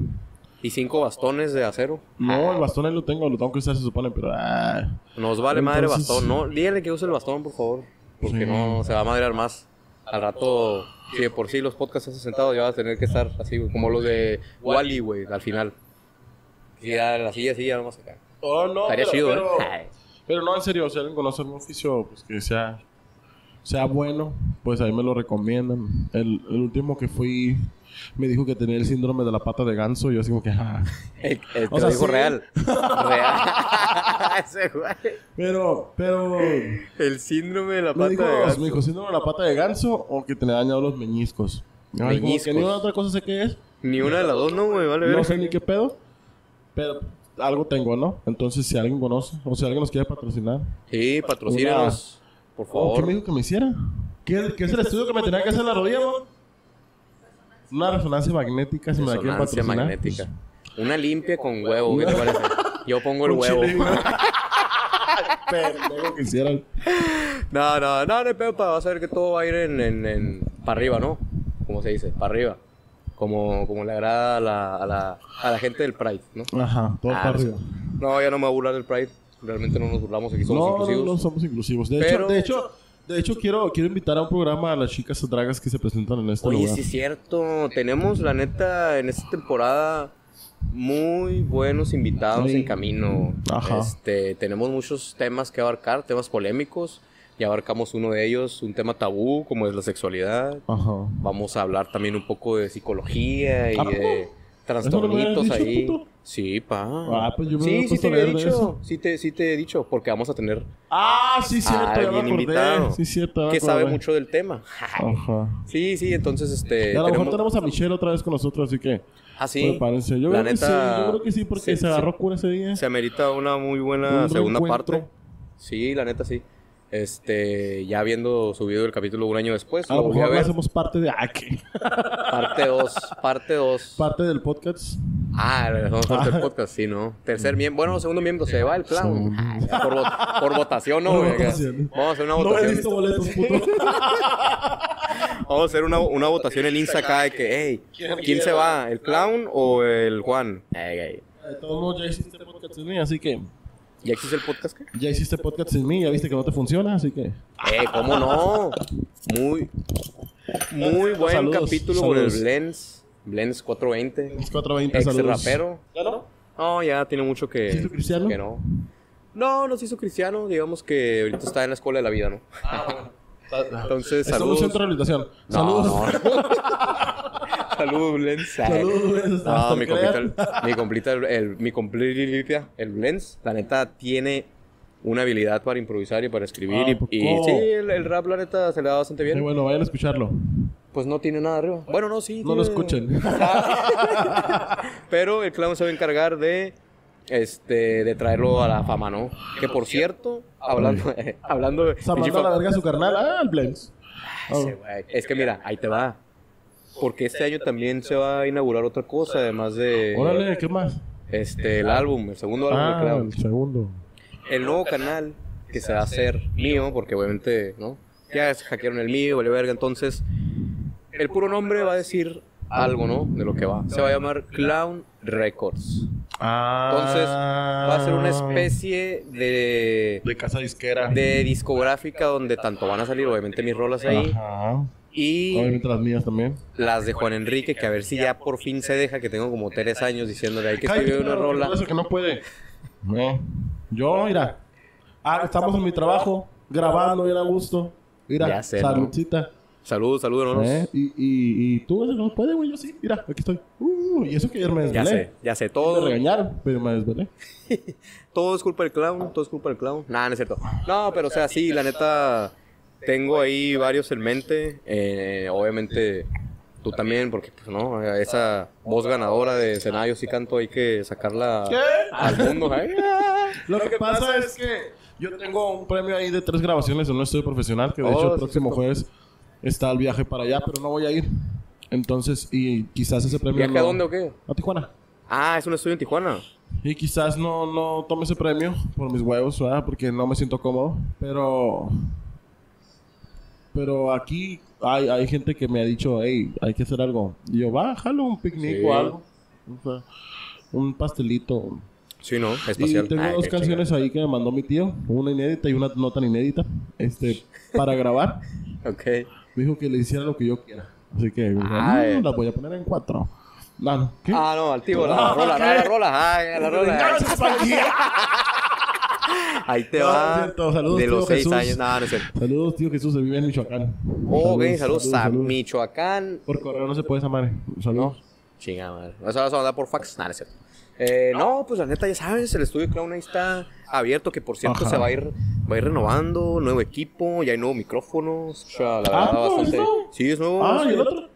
Y cinco bastones de acero. no, el bastón ahí lo tengo, lo tengo que usar, se supone, pero. ah, Nos vale madre Entonces- bastón, ¿no? Díganle que use el bastón, por favor. Porque Sí. no, se va a madrear más. Al rato, si de por sí los podcasts hacen sentados, ya vas a tener que estar así, güey, como los de Wally, güey, al final. Y ya la silla, sí, ya nomás acá. Oh, no, Estaría pero, chido, pero, ¿eh? pero no, en serio, si alguien conoce algún oficio pues, que sea, sea bueno, pues ahí me lo recomiendan. El, el último que fui me dijo que tenía el síndrome de la pata de ganso. y Yo así como que. ah. El, el O sea, dijo sí. real. real. Ese güey. Pero, pero. Me El síndrome de la pata dijo, "Ah, de me gas. dijo, síndrome de la pata de ganso o que tenía dañado los meñiscos. Ay, como que Meñiscos. ni una otra cosa sé qué es. Ni una de las dos, no, güey, vale, No verga. sé ni qué pedo. Pero algo tengo, ¿no? Entonces, si alguien conoce o si alguien nos quiere patrocinar. Sí, patrocínanos, por Oh, ¿Qué favor. me dijo que me hiciera? ¿Qué, qué es el estudio que me tenía que hacer en la rodilla, mamá? Una resonancia magnética, si me la quieren Resonancia patrocinar. magnética. Una limpia con huevo, ¿qué te parece? Yo pongo Pues, el un huevo. chile, Pendejo que hicieran. No, no, no, no, pero vas a ver que todo va a ir en, en, en- para arriba, ¿no? Como se dice, para arriba. Como, como le agrada a la, a, la, a la gente del Pride, ¿no? Ajá, todo Ah, para no sé. arriba. No, ya no me voy a burlar del Pride. Realmente no nos burlamos, aquí somos No, no, inclusivos. no somos inclusivos. De Pero- hecho, de hecho, de hecho quiero, quiero invitar a un programa a las chicas dragas que se presentan en este Oye, lugar. sí es cierto. Tenemos, la neta, en esta temporada muy buenos invitados Sí. en camino. Ajá. Este, tenemos muchos temas que abarcar, temas polémicos. Ya abarcamos uno de ellos, un tema tabú, como es la sexualidad. Ajá. Vamos a hablar también un poco de psicología y ¿A poco? de ¿Eso no trastornitos me habías dicho, ahí. puto? Sí, pa. Ah, pues yo me sí, había sí te puesto a había leer de dicho, eso. sí te, sí te he dicho, porque vamos a tener Ah, sí, a cierto, ya me alguien acordé. invitado Sí, cierto, ya me que sabe acordé. mucho del tema. Ajá. Sí, sí, entonces este Y a lo mejor tenemos- tenemos a Michelle otra vez con nosotros, así que Ah, sí. prepárense. Yo, La creo neta, que sí, yo creo que sí, porque se- se agarró cura ese día. Se amerita una muy buena Un segunda reencuentro. parte. Sí, la neta sí. Este, ya habiendo subido el capítulo un año después, A lo lo volví Ah, a mejor Ah, no ver. hacemos parte de ah, ¿qué? Parte 2, parte 2. parte del podcast. Ah, regresamos parte del podcast, sí, ¿no? Tercer miembro, bueno, segundo miembro, se va el clown. Segundo. Por, vo- por votación, ¿no? Por güey? votación. Vamos a hacer una No he votación. visto boletos, puto. Vamos a hacer una, una votación en Insta acá de que, hey, ¿quién se va? ¿El clown o el Juan? Eh, Ey, ey. De todos modos, ya hiciste podcast sin mí, así que ¿Ya existe el podcast? qué? ya hiciste podcast sin mí, ya viste que no te funciona, así que Eh, ¿cómo no? Muy, muy buen Saludos, capítulo con el saludos. Blends. Blends 420. es 420 Ex saludos. rapero. ¿Ya no? No, ya tiene mucho que. ¿Se hizo cristiano? Que no. No, no se hizo cristiano. Digamos que ahorita está en la escuela de la vida, ¿no? Ah, Entonces, saludos. Estamos en centro de rehabilitación. No, Saludos. no. Saludos, Blends. Saludos, güey. Hasta No, mi crean. complita, mi complita, el, mi complita, el Blends, la neta, tiene una habilidad para improvisar y para escribir. Ah, y- pues, y ¿cómo? sí, el, el rap, la neta, se le da bastante Eh, bien. bueno, vayan a escucharlo. Pues no tiene nada arriba. Bueno, no, sí. No lo tiene- escuchen. Pero el clown se va a encargar de este de traerlo a la fama, ¿no? Que por cierto, hablando hablando de Se mandó a la verga a su carnal. Ah, el Blends. Ah, Sí, güey. es que mira, ahí te va. Porque este año también se va a inaugurar otra cosa además de Órale, ¿qué más? este el álbum, el segundo álbum del Ah, clown. el segundo. el nuevo canal que se va a hacer mío, porque obviamente, ¿no? Ya se hackearon el mío, vale verga, entonces el puro nombre va a decir algo, ¿no? De lo que va. Se va a llamar Clown Records. Ah. Entonces, Va a ser una especie de, De casa disquera. de discográfica donde tanto van a salir obviamente mis rolas ahí Ajá. y Obviamente las mías también. las de Juan Enrique, que a ver si ya por fin se deja, que tengo como tres años diciéndole ahí que Cállate, escribe una claro, rola. por Eso que no puede. No. Eh, Yo, mira. Ah, estamos en mi trabajo, grabando bien a gusto. Mira, Ya sé, ¿no? saludcita. Saludos, saludos, hermanos. ¿Eh? Y, y, y tú, eso no puede, güey. Yo sí, mira, aquí estoy. Uh, y eso que ayer me desvelé. Ya sé, ya sé, Me todo, regañaron, pero me desvelé. todo es culpa del clown, todo es culpa del clown. Nada, no es cierto. No, pero o sea, sí, la neta, tengo ahí varios en mente. Eh, obviamente, tú también, porque pues no, esa voz ganadora de escenario sí canto, hay que sacarla al mundo. ¿eh? Lo que pasa es que yo tengo un premio ahí de tres grabaciones en un estudio profesional, que de Oh, hecho sí, el próximo jueves está el viaje para allá, pero no voy a ir. Entonces, y quizás ese premio... ¿Viaje a no- dónde o qué? A Tijuana. Ah, es un estudio en Tijuana. Y quizás no, no tome ese premio por mis huevos, ¿verdad? Porque no me siento cómodo. Pero. Pero aquí hay, hay gente que me ha dicho, hey, hay que hacer algo. Y yo, bájalo, un picnic Sí. o algo. O sea, un pastelito. Sí, ¿no? Y Espacial. tengo Ah, dos qué canciones ahí que me mandó mi tío. Una inédita y una no tan inédita. Este, para grabar. chingada. Ok. Me dijo que le hiciera lo que yo quiera. Así que, Ay. no, la voy a poner en cuatro. No, no, ¿qué? Ah, no, al tío, la rola, no, la rola, ay, la rola. ¡Enganches, Panquilla! Ahí te No, va. es cierto, saludos, de los tío seis Jesús. años. No, no es cierto. Saludos, tío Jesús, se vive en Michoacán. Ok, Oh, saludos, a saludos. Michoacán. Por correo no se puede esa madre. Saludos. Chinga madre. ¿No se vas a mandar por fax? Nada, no es cierto. Eh, no, pues la neta, ya sabes, el estudio Clown ahí está abierto, que por cierto Ajá. se va a ir va a ir renovando, nuevo equipo, ya hay nuevos micrófonos. O sea, la Ah, verdad, ¿no? ¿Es bastante. nuevo? Sí, es nuevo. Ah, sí. y el otro.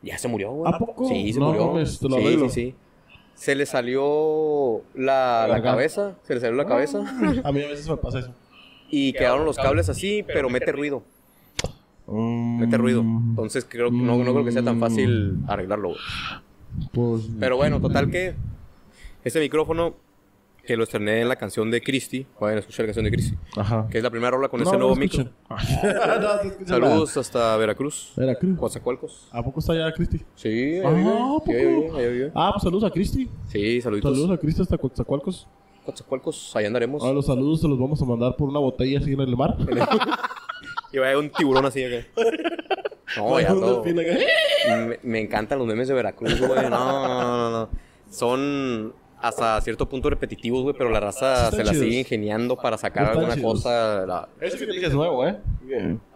Ya se murió, güey. ¿A poco? Sí, se No, murió. mames, te lo sí, arreglo. sí, sí. Se le salió la, la Acá. cabeza, se le salió la cabeza A mí a veces me pasa eso. y quedaron los cables así, pero mete ruido, Mm, mete ruido. Entonces creo que no, no creo que sea tan fácil arreglarlo. güey. Pues, Pero bueno, total que este micrófono que lo estrené en la canción de Christy, pueden escuchar la canción de Christy, ajá. que es la primera rola con No, ese nuevo no micro. escuchan. no, no escuchan Saludos hasta Veracruz, nada. Era Cruz. Coatzacoalcos. ¿A poco está ya Cristi? Sí, ahí Ah, vive, ¿a poco? ahí vive, ahí vive. Ah, pues saludos a Cristi. Sí, saluditos. Saludos a Cristi hasta Coatzacoalcos. Coatzacoalcos, ahí andaremos. Ahora los saludos se los vamos a mandar por una botella así en el mar. Y vaya un tiburón así acá. No, ya Un todo. delfín acá. Me, me encantan los memes de Veracruz, güey. No, no, no, no. Son hasta cierto punto repetitivos, güey, pero la raza Están se la chidos. sigue ingeniando para sacar Están alguna chidos. cosa. la- ¿Ah, Ese que te dije es nuevo, ¿eh?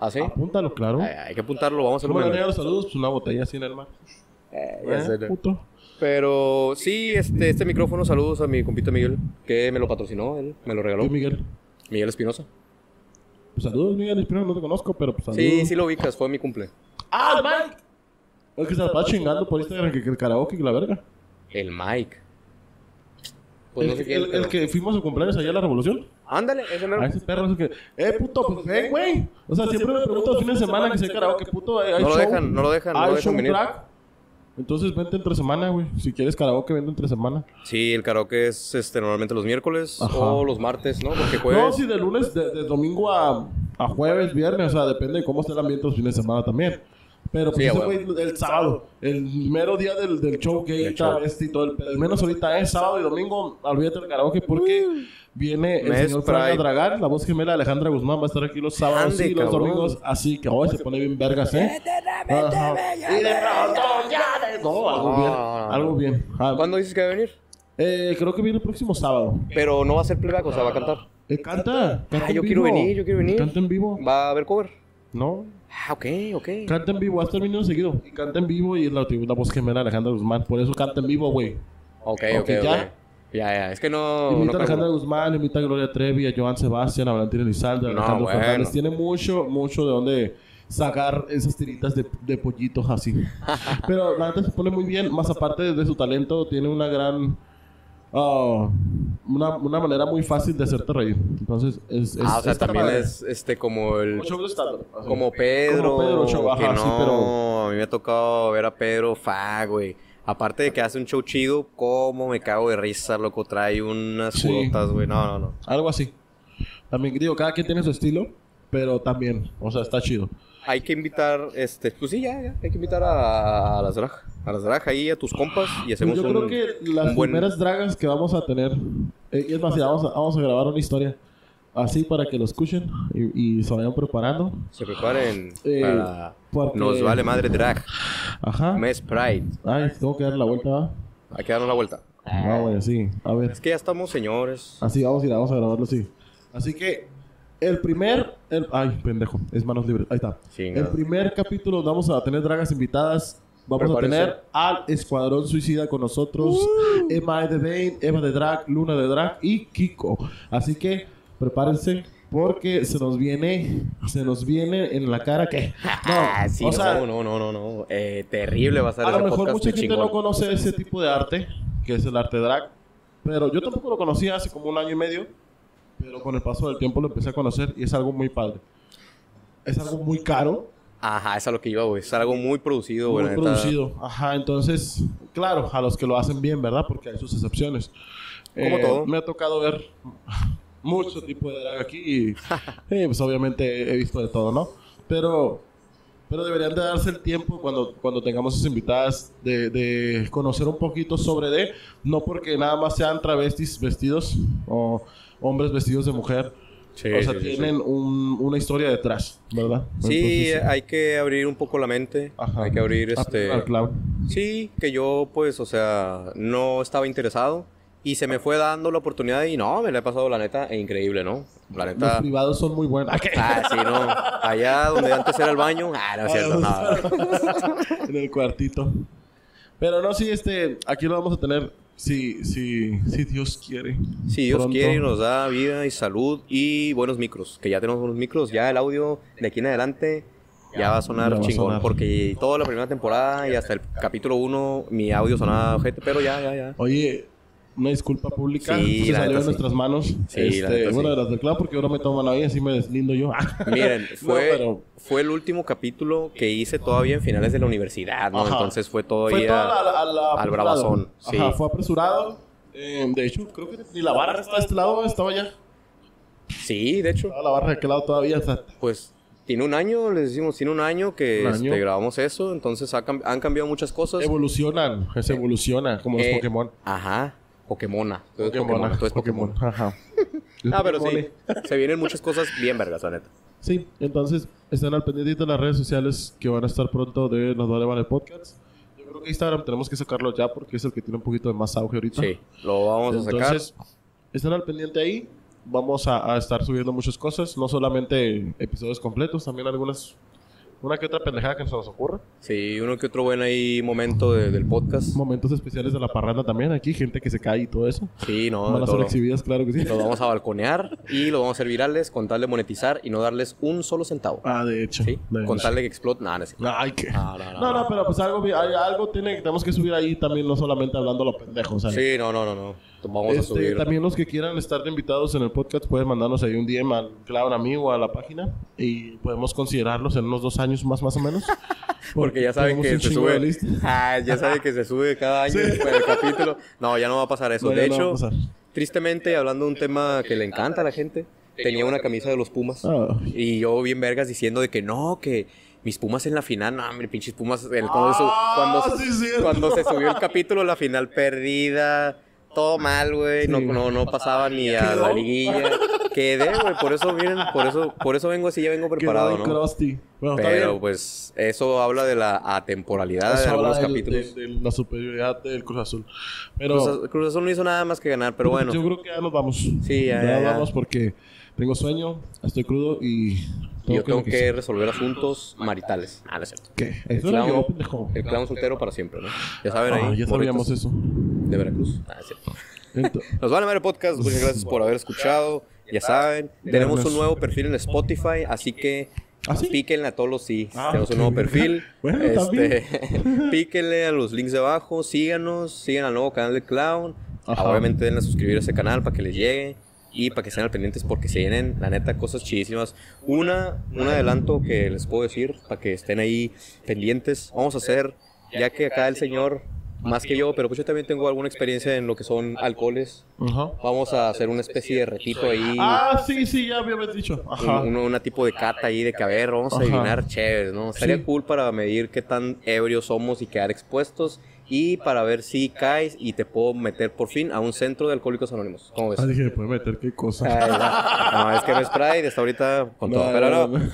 ¿Así? Apúntalo, claro. Ay, hay que apuntarlo, vamos a hacer un ¿Cómo le meme. llegan los saludos? Pues una botella así en el mar. Eh, ya ¿Eh, sé, ¿no? puto? Pero sí, este, este micrófono, saludos a mi compito Miguel, que me lo patrocinó, él me lo regaló. Yo, Miguel. Miguel Espinosa. Pues saludos, Miguel. Espero no te conozco, pero pues saludos. Sí, sí lo ubicas, fue mi cumple. ¡Ah, el Mike! El que se la estaba chingando por Instagram que, que el karaoke y la verga. El Mike. Pues el, no sé el- quién. el pero- que fuimos a su cumpleaños allá a la revolución. Ándale, ese mero. A Ah, ese perro es el que. ¡Eh, puto! Pues ven, güey. O sea, siempre me pregunto los fines de semana que sea karaoke, puto. Hay, hay No lo show, dejan, no lo dejan, no hay lo dejan show venir. track. Entonces vente entre semana, güey. Si quieres karaoke, vente entre semana. Sí, el karaoke es este, normalmente los miércoles Ajá. o los martes, ¿no? Porque jueves. No, sí, de lunes, de, de domingo a, a jueves, viernes, o sea, depende de cómo esté el ambiente los fines de semana también. Pero pues Sí, ese a güey, huevo. el sábado, el mero día del, del show gay, Del show. travesti y todo el pedo. Al menos ahorita es sábado y domingo, olvídate del karaoke porque viene el Mes señor Frank Pride. Dragán, la voz gemela de Alejandra Guzmán va a estar aquí los sábados Ande, y los cabrón. domingos, así que hoy se pone bien vergas, ¿eh? Ajá. Y de pronto ya de- No, algo bien, algo bien. Ah, ¿Cuándo dices que va a venir? eh, creo que viene el próximo sábado. Pero no va a ser playback, o sea, va a cantar. Eh, canta, canta Ah, en yo quiero vivo. venir, yo quiero venir. Canta en vivo. ¿Va a haber cover? No. Ah, ok, ok. Canta en vivo, hasta el minuto seguido. Y canta en vivo y es la, la voz gemela de Alejandra Guzmán. Por eso canta en vivo, güey. Ok, ok, Ok, ok. ya. Ya, ya, es que no. Imita no a Alejandra Guzmán, imita a Gloria Trevi, a Joan Sebastián, a Valentín Elizalde, a No, Alejandro bueno. Fernández. Tiene mucho, mucho de donde sacar esas tiritas de, de pollitos así. Pero la neta se pone muy bien, más aparte de su talento, tiene una gran. ah, una, una manera muy fácil de hacerte reír. Entonces, es. es ah, o sea, está también padre. es este como el. Mucho gusto, Tato. Así. Como Pedro. Como Pedro Ochoa, que ajá, no, sí, pero- a mí me ha tocado ver a Pedro fa, güey. Aparte de que hace un show chido, cómo me cago de risa, loco. Trae unas Sí. cuotas, güey. No, no, no. Algo así. También digo, cada quien tiene su estilo, pero también, o sea, está chido. Hay que invitar, este, pues sí, ya, ya. Hay que invitar a, a las drag. A las drag ahí, a tus compas y hacemos Pues Yo un. creo que las un buen- primeras dragas que vamos a tener, eh, y es más, ya vamos a, vamos a grabar una historia así para que lo escuchen y, y se vayan preparando. Se preparen Eh, para. porque- Nos vale madre drag. Ajá. Mes Pride. Ay, tengo que dar la vuelta, ¿va? Hay que darnos la vuelta. No, güey, así. A ver. Es que ya estamos, señores. Así, vamos a ir, vamos a grabarlo así. Así que, el primer. el- ay, pendejo, es manos libres. Ahí está. Chinga. El primer capítulo vamos a tener dragas invitadas. Vamos Prepárense. Uh. a tener al Escuadrón Suicida con nosotros. Emma E. de Bane, Eva de Drag, Luna de Drag y Kiko. Así que prepárense porque se nos viene, se nos viene en la cara que... Ah, sí, o no, sea, no, no, no, no. Eh, terrible va a ser a ese lo mejor podcast, mucha muy gente chingón. no conoce ese tipo de arte, que es el arte drag. Pero yo tampoco lo conocía hace como un año y medio. Pero con el paso del tiempo lo empecé a conocer y es algo muy padre. Es algo muy caro, Ajá, es a lo que iba, güey. Es algo muy producido, güey. muy la neta. producido. Ajá, entonces, claro, a los que lo hacen bien, ¿verdad? Porque hay sus excepciones. Eh, Como todo. Me ha tocado ver mucho tipo de drag aquí y, eh, pues obviamente he visto de todo, ¿no? Pero, pero deberían de darse el tiempo cuando, cuando tengamos sus invitadas de, de conocer un poquito sobre de, no porque nada más sean travestis vestidos o hombres vestidos de mujer. Sí, o sea, sí, sí, sí. tienen un- una historia detrás, ¿verdad? Sí, Entonces, hay que abrir un poco la mente. ajá. Hay que abrir este. Al clown. Sí, que yo, pues, o sea, no estaba interesado. Y se me fue dando la oportunidad y no, me la he pasado, la neta, increíble, ¿no? La Los neta. privados son muy buenos. Ah, sí, no. Allá donde antes era el baño. Ah, no es cierto, no. en el cuartito. Pero no, sí, este, aquí lo vamos a tener si, si, si Dios quiere. Si Dios Pronto. quiere y nos da vida y salud y buenos micros, que ya tenemos buenos micros, ya el audio de aquí en adelante ya va a sonar Ya va a chingón, sonar. porque toda la primera temporada y hasta el capítulo 1 mi audio sonaba gente, pero ya, ya, ya. Oye, una disculpa pública. Sí, se la salió neta, de sí. nuestras manos. la Este, neta, bueno, sí. de las del clan, porque ahora me toman ahí, así me deslindo yo. Miren, fue, No, pero- fue el último capítulo que hice todavía en finales de la universidad, ¿no? Ajá. Entonces fue todavía... fue todo a la- a la- al apresurado. bravazón, sí. Ajá, fue apresurado. Eh, de hecho, creo que ni la barra está de este lado, estaba ya. Sí, de hecho, Estaba la barra de aquel lado todavía. o sea, pues... Tiene un año, les decimos, tiene un año que Un año. este, grabamos eso, entonces ha cam- han cambiado muchas cosas. evolucionan, se evoluciona, como Eh, los Pokémon. Ajá. Pokémona. Tú eres Pokémon, Pokémona. Tú eres Pokémon, Pokémon. ajá. Ah, pero sí. Pokémon. Se vienen muchas cosas bien vergas, la neta. Sí, entonces están al pendiente de las redes sociales que van a estar pronto de Nos Vale Vale Podcast. Yo creo que Instagram tenemos que sacarlo ya porque es el que tiene un poquito de más auge ahorita. Sí. Lo vamos a sacar. Entonces, están al pendiente ahí. Vamos a, a estar subiendo muchas cosas, no solamente episodios completos, también algunas, una que otra pendejada que se nos ocurra. Sí, uno que otro buen ahí momento de- del podcast. Momentos especiales de la parranda también aquí, gente que se cae y todo eso. Sí, no. Van de a ser todo. exhibidas, claro que sí. Los vamos a balconear y los vamos a hacer virales con tal de monetizar y no darles un solo centavo. Ah, de hecho. Sí. de Con hecho. tal Ah. de que explote. Nah, no es cierto. Ay, qué... No, no, no. No, no, pero pues algo, hay algo tiene, tenemos que subir ahí también, no solamente hablando a los pendejos. o sea, Sí, no, no, no. no. Vamos a este, subir. También los que quieran estar de invitados en el podcast pueden mandarnos ahí un DM al clown a mí o a la página y podemos considerarlos en unos dos años más, más o menos. Porque ya saben tenemos que un se chingo de sube. lista. Ah, ya saben que se sube cada año después del capítulo. No, ya no va a pasar eso. No, ya de no va a hecho, pasar. tristemente, hablando de un tema que le encanta a la gente, tenía una camisa de los Pumas. Ah. Y yo bien vergas diciendo de que no, que mis Pumas en la final, no, hombre, pinches Pumas. el- cuando, se- Ah, cuando se, sí, cierto. cuando se subió el capítulo, la final perdida. Todo mal, güey. No, no, no pasaba ni a la Quedó. liguilla. Quedé, güey. Por eso, miren, por eso, por eso vengo así, ya vengo preparado, Quedó ¿no? en Krusty. Bueno, está Pero bien. pues eso habla de la atemporalidad Eso de habla algunos del- capítulos. de- de la superioridad del Cruz Azul. Pero Cruz, Azul- Cruz Azul no hizo nada más que ganar, pero bueno. yo creo que ya nos vamos. Sí, ya, ya, nos ya. vamos porque tengo sueño, estoy crudo y... Yo tengo enloquecer. que resolver asuntos maritales. Ah, no es cierto. ¿Qué? El Eso era clown- yo, pendejo. El clown soltero para siempre, ¿no? Ya saben ahí. Ah, ya sabíamos morritos eso. De Veracruz. Ah, es cierto. Ento- Nos van a ver el podcast. Muchas gracias por haber escuchado. Ya saben, tenemos un nuevo perfil en Spotify, así que ¿Ah, sí? píquenle a todos los sí. Ah, tenemos un ok. nuevo perfil. Bueno, este, píquenle a los links de abajo, síganos, sigan al nuevo canal de Clown. Ajá. Obviamente denle a suscribir a ese canal para que les llegue y para que estén al pendientes porque se vienen, la neta, cosas chidísimas. Una, un adelanto que les puedo decir para que estén ahí pendientes. Vamos a hacer, ya que acá el señor, más que yo, pero pues yo también tengo alguna experiencia en lo que son alcoholes. Ajá. Vamos a hacer una especie de retito ahí. Ah, sí, sí, ya habíamos dicho. un- Ajá. un- una tipo de cata ahí de que, a ver, vamos a Ah. Ajá. adivinar chéveres, ¿no? Estaría Sí. cool para medir qué tan ebrios somos y quedar expuestos. Y para ver si caes y te puedo meter por fin a un centro de alcohólicos anónimos. ¿Cómo ves? Ah, dije, puede meter qué cosa. Ay, no. No, es que no es Pride, está ahorita con No, todo. Pero no, no,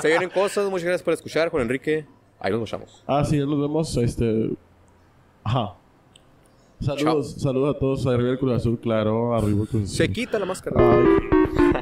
se vienen cosas. Muchas gracias por escuchar, Juan Enrique. Ahí nos vemos. Ah, sí, ya nos vemos. Este. Ajá. Saludos, saludos a todos. Arriba el Cruz Azul, claro. Arriba el Cruz Azul. Se quita la máscara. Ay.